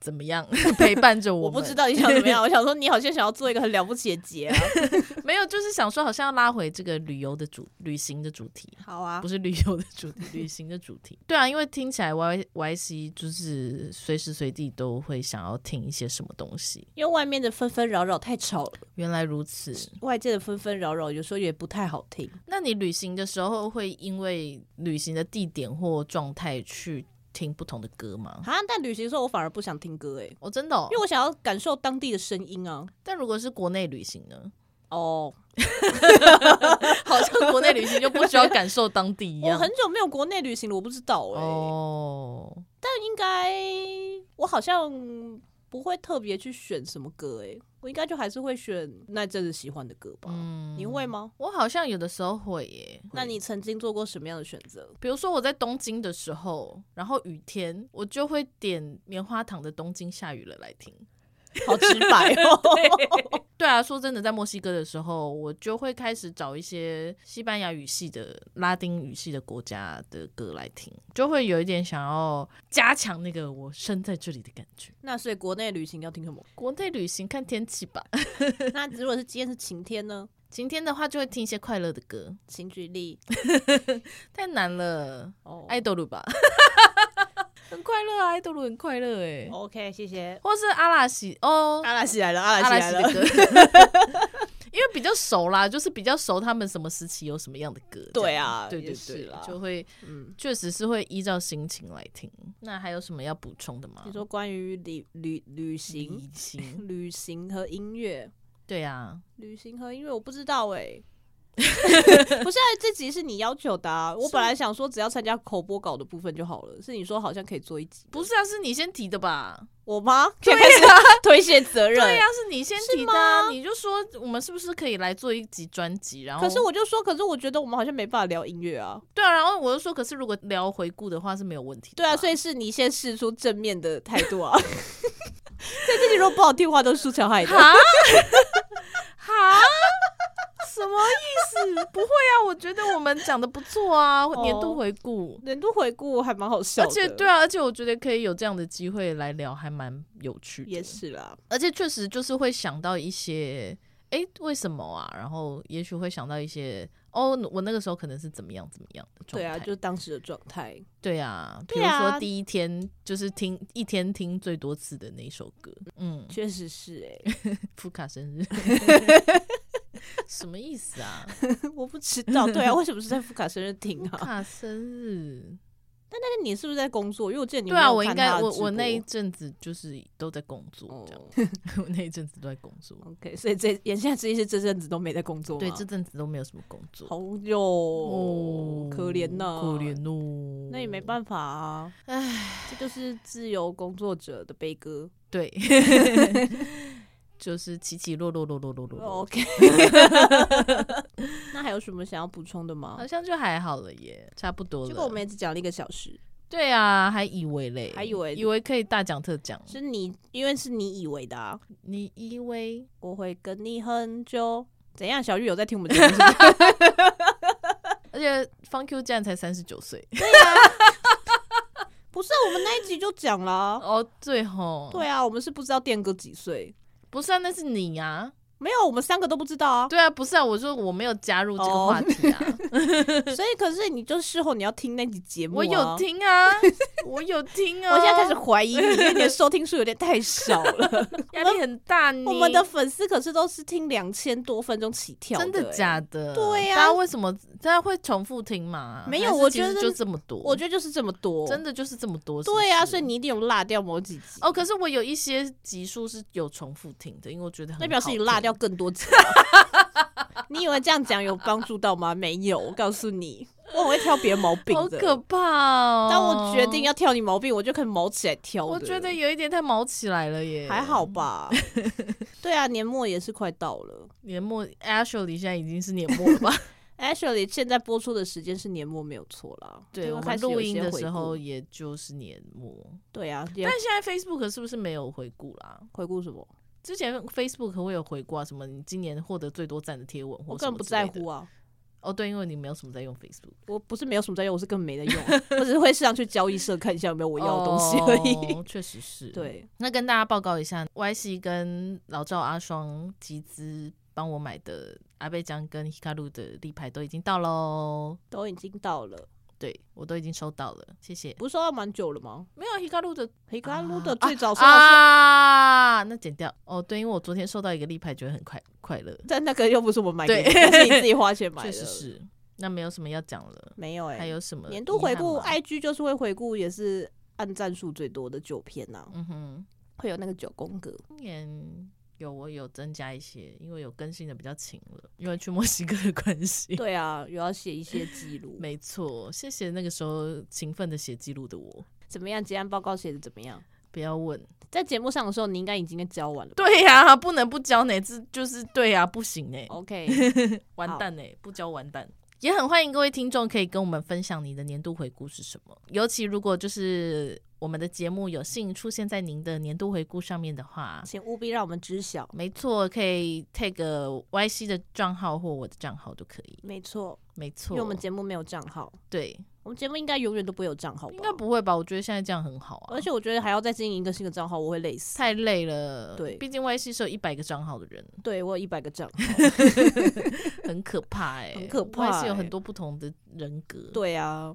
Speaker 1: 怎么 样陪伴着
Speaker 2: 我
Speaker 1: 我们。
Speaker 2: 不知道你想怎么样， 我想说你好像想要做一个很了不起的结啊，
Speaker 1: 没有，就是想说好像要拉回这个旅游的主旅行的主题，
Speaker 2: 好啊
Speaker 1: 不，是旅游的主题，旅行的主题。对啊，因为听起来 Y Y C 就是随时随地都会想要听一些什么东西。
Speaker 2: 因为外面的纷纷扰扰太吵了，
Speaker 1: 原来如此，
Speaker 2: 外界的纷纷扰扰有时候也不太好听。
Speaker 1: 那你旅行的时候会因为旅行的地点或状态去听不同的歌吗？
Speaker 2: 啊，但旅行的时候我反而不想听歌诶、欸
Speaker 1: 哦，真的、哦
Speaker 2: 因为。我想要感受当地的声音啊。
Speaker 1: 但如果是国内旅行呢？
Speaker 2: 哦，
Speaker 1: 好像国内旅行就不需要感受当地一
Speaker 2: 我
Speaker 1: 样。
Speaker 2: 很久没有国内旅行了，我不知道诶、
Speaker 1: 哦，
Speaker 2: 但应该我好像不会特别去选什么歌诶、我应该就还是会选那阵子喜欢的歌吧。
Speaker 1: 嗯
Speaker 2: 你会吗？
Speaker 1: 我好像有的时候会耶。
Speaker 2: 那你曾经做过什么样的选择？
Speaker 1: 比如说我在东京的时候，然后雨天，我就会点棉花糖的《东京下雨了》来听。
Speaker 2: 好直白 哦。
Speaker 1: 对啊，说真的，在墨西哥的时候，我就会开始找一些西班牙语系的、拉丁语系的国家的歌来听，就会有一点想要加强那个我身在这里的感觉。
Speaker 2: 那所以国内旅行要听什么？
Speaker 1: 国内旅行看天气吧，
Speaker 2: 那如果是今天是晴天呢？
Speaker 1: 晴天的话就会听一些快乐的歌，
Speaker 2: 请举例。
Speaker 1: 太难了。
Speaker 2: 哦
Speaker 1: 爱豆鲁吧， 很快乐啊，爱豆鲁很快乐哎、
Speaker 2: ，OK，谢谢。
Speaker 1: 或是阿拉西哦，
Speaker 2: 阿拉西来了，阿
Speaker 1: 阿
Speaker 2: 拉
Speaker 1: 拉
Speaker 2: 西
Speaker 1: 西
Speaker 2: 来
Speaker 1: 的
Speaker 2: 了。
Speaker 1: 歌， 因为比较熟啦，就是比较熟他们什么时期有什么样的歌，这样
Speaker 2: 对啊
Speaker 1: 对对
Speaker 2: 也是
Speaker 1: 对
Speaker 2: 啦，
Speaker 1: 就会
Speaker 2: 嗯，
Speaker 1: 确实是会依照心情来听。那还有什么要补充的吗？
Speaker 2: 你说关于旅旅旅行、
Speaker 1: 旅行，
Speaker 2: 旅行和音乐、
Speaker 1: 对 啊，
Speaker 2: 旅行和音乐，我不知道哎、 不是、啊，这集是你要求的、啊。我
Speaker 1: 是
Speaker 2: 本来想说只要参加口播稿的部分就好了，是你说好像可以做一集，
Speaker 1: 不是啊，是你先提的吧？
Speaker 2: 我吗？对开始推卸责任。
Speaker 1: 对呀、啊是你先提的、啊，你就说我们是不是可以来做一集专辑？然后，
Speaker 2: 可是我就说，可是我觉得我们好像没办法聊音乐啊。
Speaker 1: 对啊，然后我就说，可是如果聊回顾的话是没有问题的吧。
Speaker 2: 对啊，所以是你先试出正面的态度啊。 所以这里如果不好听的话，都是苏乔害的。
Speaker 1: 哈哈，什么意思？不会啊，我觉得我们讲的不错啊，年度回顾。
Speaker 2: 年度回顾还蛮好哦笑
Speaker 1: 而
Speaker 2: 的，
Speaker 1: 且对啊，而且我觉得可以有这样的机会来聊，还蛮有趣的。
Speaker 2: 也，是啦。
Speaker 1: 而且确实就是会想到一些，诶，为什么啊？然后也许会想到一些，哦，我那个时候可能是怎么样怎么样的状
Speaker 2: 对
Speaker 1: 态。
Speaker 2: 啊，就是当时的状态。
Speaker 1: 对啊，比
Speaker 2: 对
Speaker 1: 如
Speaker 2: 啊
Speaker 1: 说第一天就是听一天听最多次的那首歌，嗯，
Speaker 2: 确实是哎、
Speaker 1: 福卡生日，什么意思啊？
Speaker 2: 我不知 道，对啊，为什么是在福卡生日听
Speaker 1: 福
Speaker 2: 啊？
Speaker 1: 卡生日，
Speaker 2: 但是你是不是在工作？因为我记得你
Speaker 1: 对
Speaker 2: 没有
Speaker 1: 啊，我
Speaker 2: 看
Speaker 1: 应该
Speaker 2: 他的
Speaker 1: 我
Speaker 2: 直
Speaker 1: 我那一
Speaker 2: 播
Speaker 1: 阵子就是都在工作，这样， 我
Speaker 2: 哦
Speaker 1: 那一阵子都在工作，
Speaker 2: OK，所以这眼下这些这阵子都没在工作吗，
Speaker 1: 对，这阵子都没有什么工作，
Speaker 2: 好哟、可怜呐、
Speaker 1: 哦可怜。哦，
Speaker 2: 那也没办法啊，唉，这就是自由工作者的悲歌。
Speaker 1: 对， 就是起起落落落落落落落，
Speaker 2: 哦 OK，那还有什么想要补充的吗
Speaker 1: 好？像就还好了耶，差不多
Speaker 2: 结果我
Speaker 1: 了
Speaker 2: 们。也只讲了一个小时，
Speaker 1: 对啊，还以为嘞，
Speaker 2: 还以为
Speaker 1: 以为可以大讲特讲，
Speaker 2: 是你因为是你以为的啊，
Speaker 1: 你以为
Speaker 2: 我会跟你很久。怎样？小玉有在听我们节目是不 是？
Speaker 1: 而且方 Q 竟然才三十九岁
Speaker 2: 不是啊，我们那一集就讲了啊。
Speaker 1: 哦，对吼，
Speaker 2: 对，啊，我们是不知道电哥几岁，
Speaker 1: 不是啊，那是你啊，
Speaker 2: 没有，我们三个都不知道啊。
Speaker 1: 对啊，不是啊，我说我没有加入这个
Speaker 2: 哦
Speaker 1: 话题 啊，
Speaker 2: 所以，可是你就事后你要听那集节目、
Speaker 1: 我有。听啊，我有听啊，
Speaker 2: 我现在开始怀疑你，因为你的收听数有点太少了。
Speaker 1: 压力很大呢。
Speaker 2: 我们的粉丝可是都是听两千多分钟起跳
Speaker 1: 真
Speaker 2: 的、欸
Speaker 1: 的假
Speaker 2: 的？
Speaker 1: 的？
Speaker 2: 对啊
Speaker 1: 大家为什么大家会重复听嘛？
Speaker 2: 没有
Speaker 1: 还是
Speaker 2: 我
Speaker 1: 其实
Speaker 2: 觉得
Speaker 1: 就这么多，
Speaker 2: 我觉得就是这么多，
Speaker 1: 真的就是这么多。是不
Speaker 2: 对啊，
Speaker 1: 是
Speaker 2: 所以你一定有落掉某几集，
Speaker 1: 哦，可是我有一些集数是有重复听的，因为我觉得很
Speaker 2: 那表示
Speaker 1: 好
Speaker 2: 你落
Speaker 1: 听
Speaker 2: 掉更多集。啊 你以为这样讲有帮助到吗？没有，我告诉你，我很会挑别人毛病
Speaker 1: 好
Speaker 2: 的。
Speaker 1: 可怕哦！
Speaker 2: 当我决定，要挑你毛病，我就可以毛起来挑的。
Speaker 1: 我觉得有一点太毛起来了耶。
Speaker 2: 还好 吧。对啊，年末也是快到了。
Speaker 1: 年末 Ashley 现在已经是年末了吧？
Speaker 2: Actually，现在播出的时间是年末，没有错啦。
Speaker 1: 对，
Speaker 2: 就会
Speaker 1: 我
Speaker 2: 开
Speaker 1: 们
Speaker 2: 始有
Speaker 1: 录
Speaker 2: 一
Speaker 1: 音
Speaker 2: 些
Speaker 1: 的
Speaker 2: 回
Speaker 1: 时
Speaker 2: 顾
Speaker 1: 候，也就是年末。
Speaker 2: 对啊，也
Speaker 1: 但现在 Facebook 是不是没有回顾啦？
Speaker 2: 回顾什么？
Speaker 1: 之前 Facebook 会有回顾啊，什么你今年获得最多赞的贴文
Speaker 2: 我
Speaker 1: 或
Speaker 2: 根
Speaker 1: 什
Speaker 2: 本
Speaker 1: 么
Speaker 2: 不
Speaker 1: 之类
Speaker 2: 在
Speaker 1: 的
Speaker 2: 乎啊，
Speaker 1: 哦，对，因为你没有什么在用 Facebook，
Speaker 2: 我不是没有什么在用，我是根本没在用啊，我只是会上去交易社看一下有没有
Speaker 1: 我
Speaker 2: 我要的东西而已。
Speaker 1: 哦 确实是，
Speaker 2: 对，
Speaker 1: 那跟大家报告一下，Y C 跟老赵阿双集资帮我买的阿贝江跟 Hikaru 的立牌都已经到喽，
Speaker 2: 都已经到了，
Speaker 1: 对我都已经收到了，谢谢。
Speaker 2: 不是说要蛮久了吗？
Speaker 1: 没有 Hikaru 的
Speaker 2: 黑咖撸的最早收到是
Speaker 1: 啊，那剪掉哦。对，因为我昨天收到一个立牌，觉得很快快乐，
Speaker 2: 但那个又不是我买给你，
Speaker 1: 对
Speaker 2: 那是你自己 花钱买的。
Speaker 1: 确实是。那没有什么要讲了，
Speaker 2: 没有哎、
Speaker 1: 还有什么
Speaker 2: 年度回顾
Speaker 1: 遗憾吗
Speaker 2: ，IG 就是会回顾，也是按赞数最多的九篇呐、
Speaker 1: 嗯哼，
Speaker 2: 会有那个九 宫格。
Speaker 1: 今年有我有增加一些，因为有更新的比较勤了，因为去墨西哥的关系。
Speaker 2: 对啊，有要写一些记录。
Speaker 1: 没错，谢谢那个时候勤奋的写记录的我。
Speaker 2: 怎么样？结案报告写的怎么样？
Speaker 1: 不要问，
Speaker 2: 在节目上的时候，你应该已经交完了吧。
Speaker 1: 对呀、不能不交呢，这就是对呀、不行呢，
Speaker 2: OK，
Speaker 1: 完蛋呢，欸不交完蛋。也很欢迎各位听众可以跟我们分享你的年度回顾是什么，尤其如果就是我们的节目有幸出现在您的年度回顾上面的话，
Speaker 2: 请务必让我们知晓。
Speaker 1: 没错，可以 take YC 的账号或我的账号都可以。
Speaker 2: 没错，
Speaker 1: 没
Speaker 2: 因
Speaker 1: 错，
Speaker 2: 为我们节目没有账号，
Speaker 1: 对
Speaker 2: 我们节目应该永远都不会有账号吧？
Speaker 1: 应该。不会吧？我觉得现在这样很好啊，
Speaker 2: 而且我觉得还要再经营一个新的账号，我会累死。
Speaker 1: 太累了。
Speaker 2: 对
Speaker 1: 毕竟 YC 是有一百个账号的人，
Speaker 2: 对我有一百个账号。
Speaker 1: 很可怕哎、
Speaker 2: 很可怕
Speaker 1: 是有
Speaker 2: 欸
Speaker 1: 很多不同的人格。，
Speaker 2: 对 啊，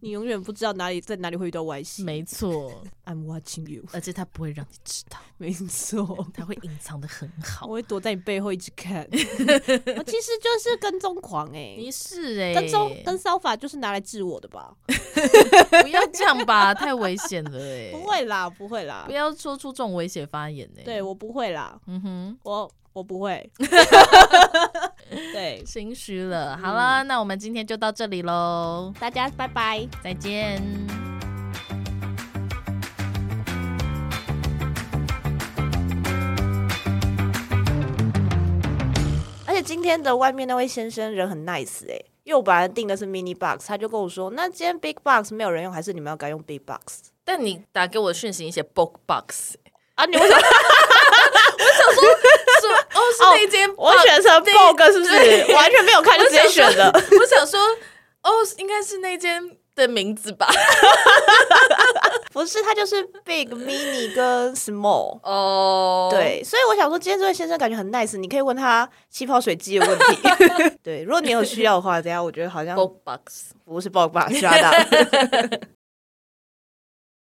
Speaker 2: 你永远不知道哪里在哪里会遇到歪戏。
Speaker 1: 没错，
Speaker 2: I'm watching you，
Speaker 1: 而且他不会让你知道，
Speaker 2: 没错。
Speaker 1: 他会隐藏的很好
Speaker 2: 我。会躲在你背后一直 看，我其实就是跟踪狂哎、
Speaker 1: 你是哎、
Speaker 2: 跟踪跟骚法就是拿来治我的吧？
Speaker 1: 不要这样 吧，太危险了哎、
Speaker 2: 不，会啦，不会啦
Speaker 1: 不，要说出这种危险发言哎、
Speaker 2: 对，我不会啦，
Speaker 1: 嗯哼，
Speaker 2: 我我不会。 对，
Speaker 1: 心虚
Speaker 2: 嗯
Speaker 1: 了。好了，那我们今天就到这里喽，
Speaker 2: 大家拜拜。
Speaker 1: 再见。
Speaker 2: 而且今天的外面那位先生人很 nice 哎、因为我本来订的是 mini box，他就跟我说，那今天 big box 没有人用，还是你们要改用 big box
Speaker 1: 但你打给我的讯息，你写 book box，
Speaker 2: 啊？你为什么？
Speaker 1: 是哦，是那间 box，
Speaker 2: 我选成 bog 是不是？完全没有看就直接选的。
Speaker 1: 我想说，哦，应该是那间的名字吧。
Speaker 2: 不是，它就是 big、mini 跟 small。
Speaker 1: 哦，
Speaker 2: 对，所以我想说，今天这位先生感觉很 nice，你可以问他气泡水机的问题。 对，如果你有需要的话，等一下我觉得好像
Speaker 1: ，book box。
Speaker 2: 不是爆吧，是阿达。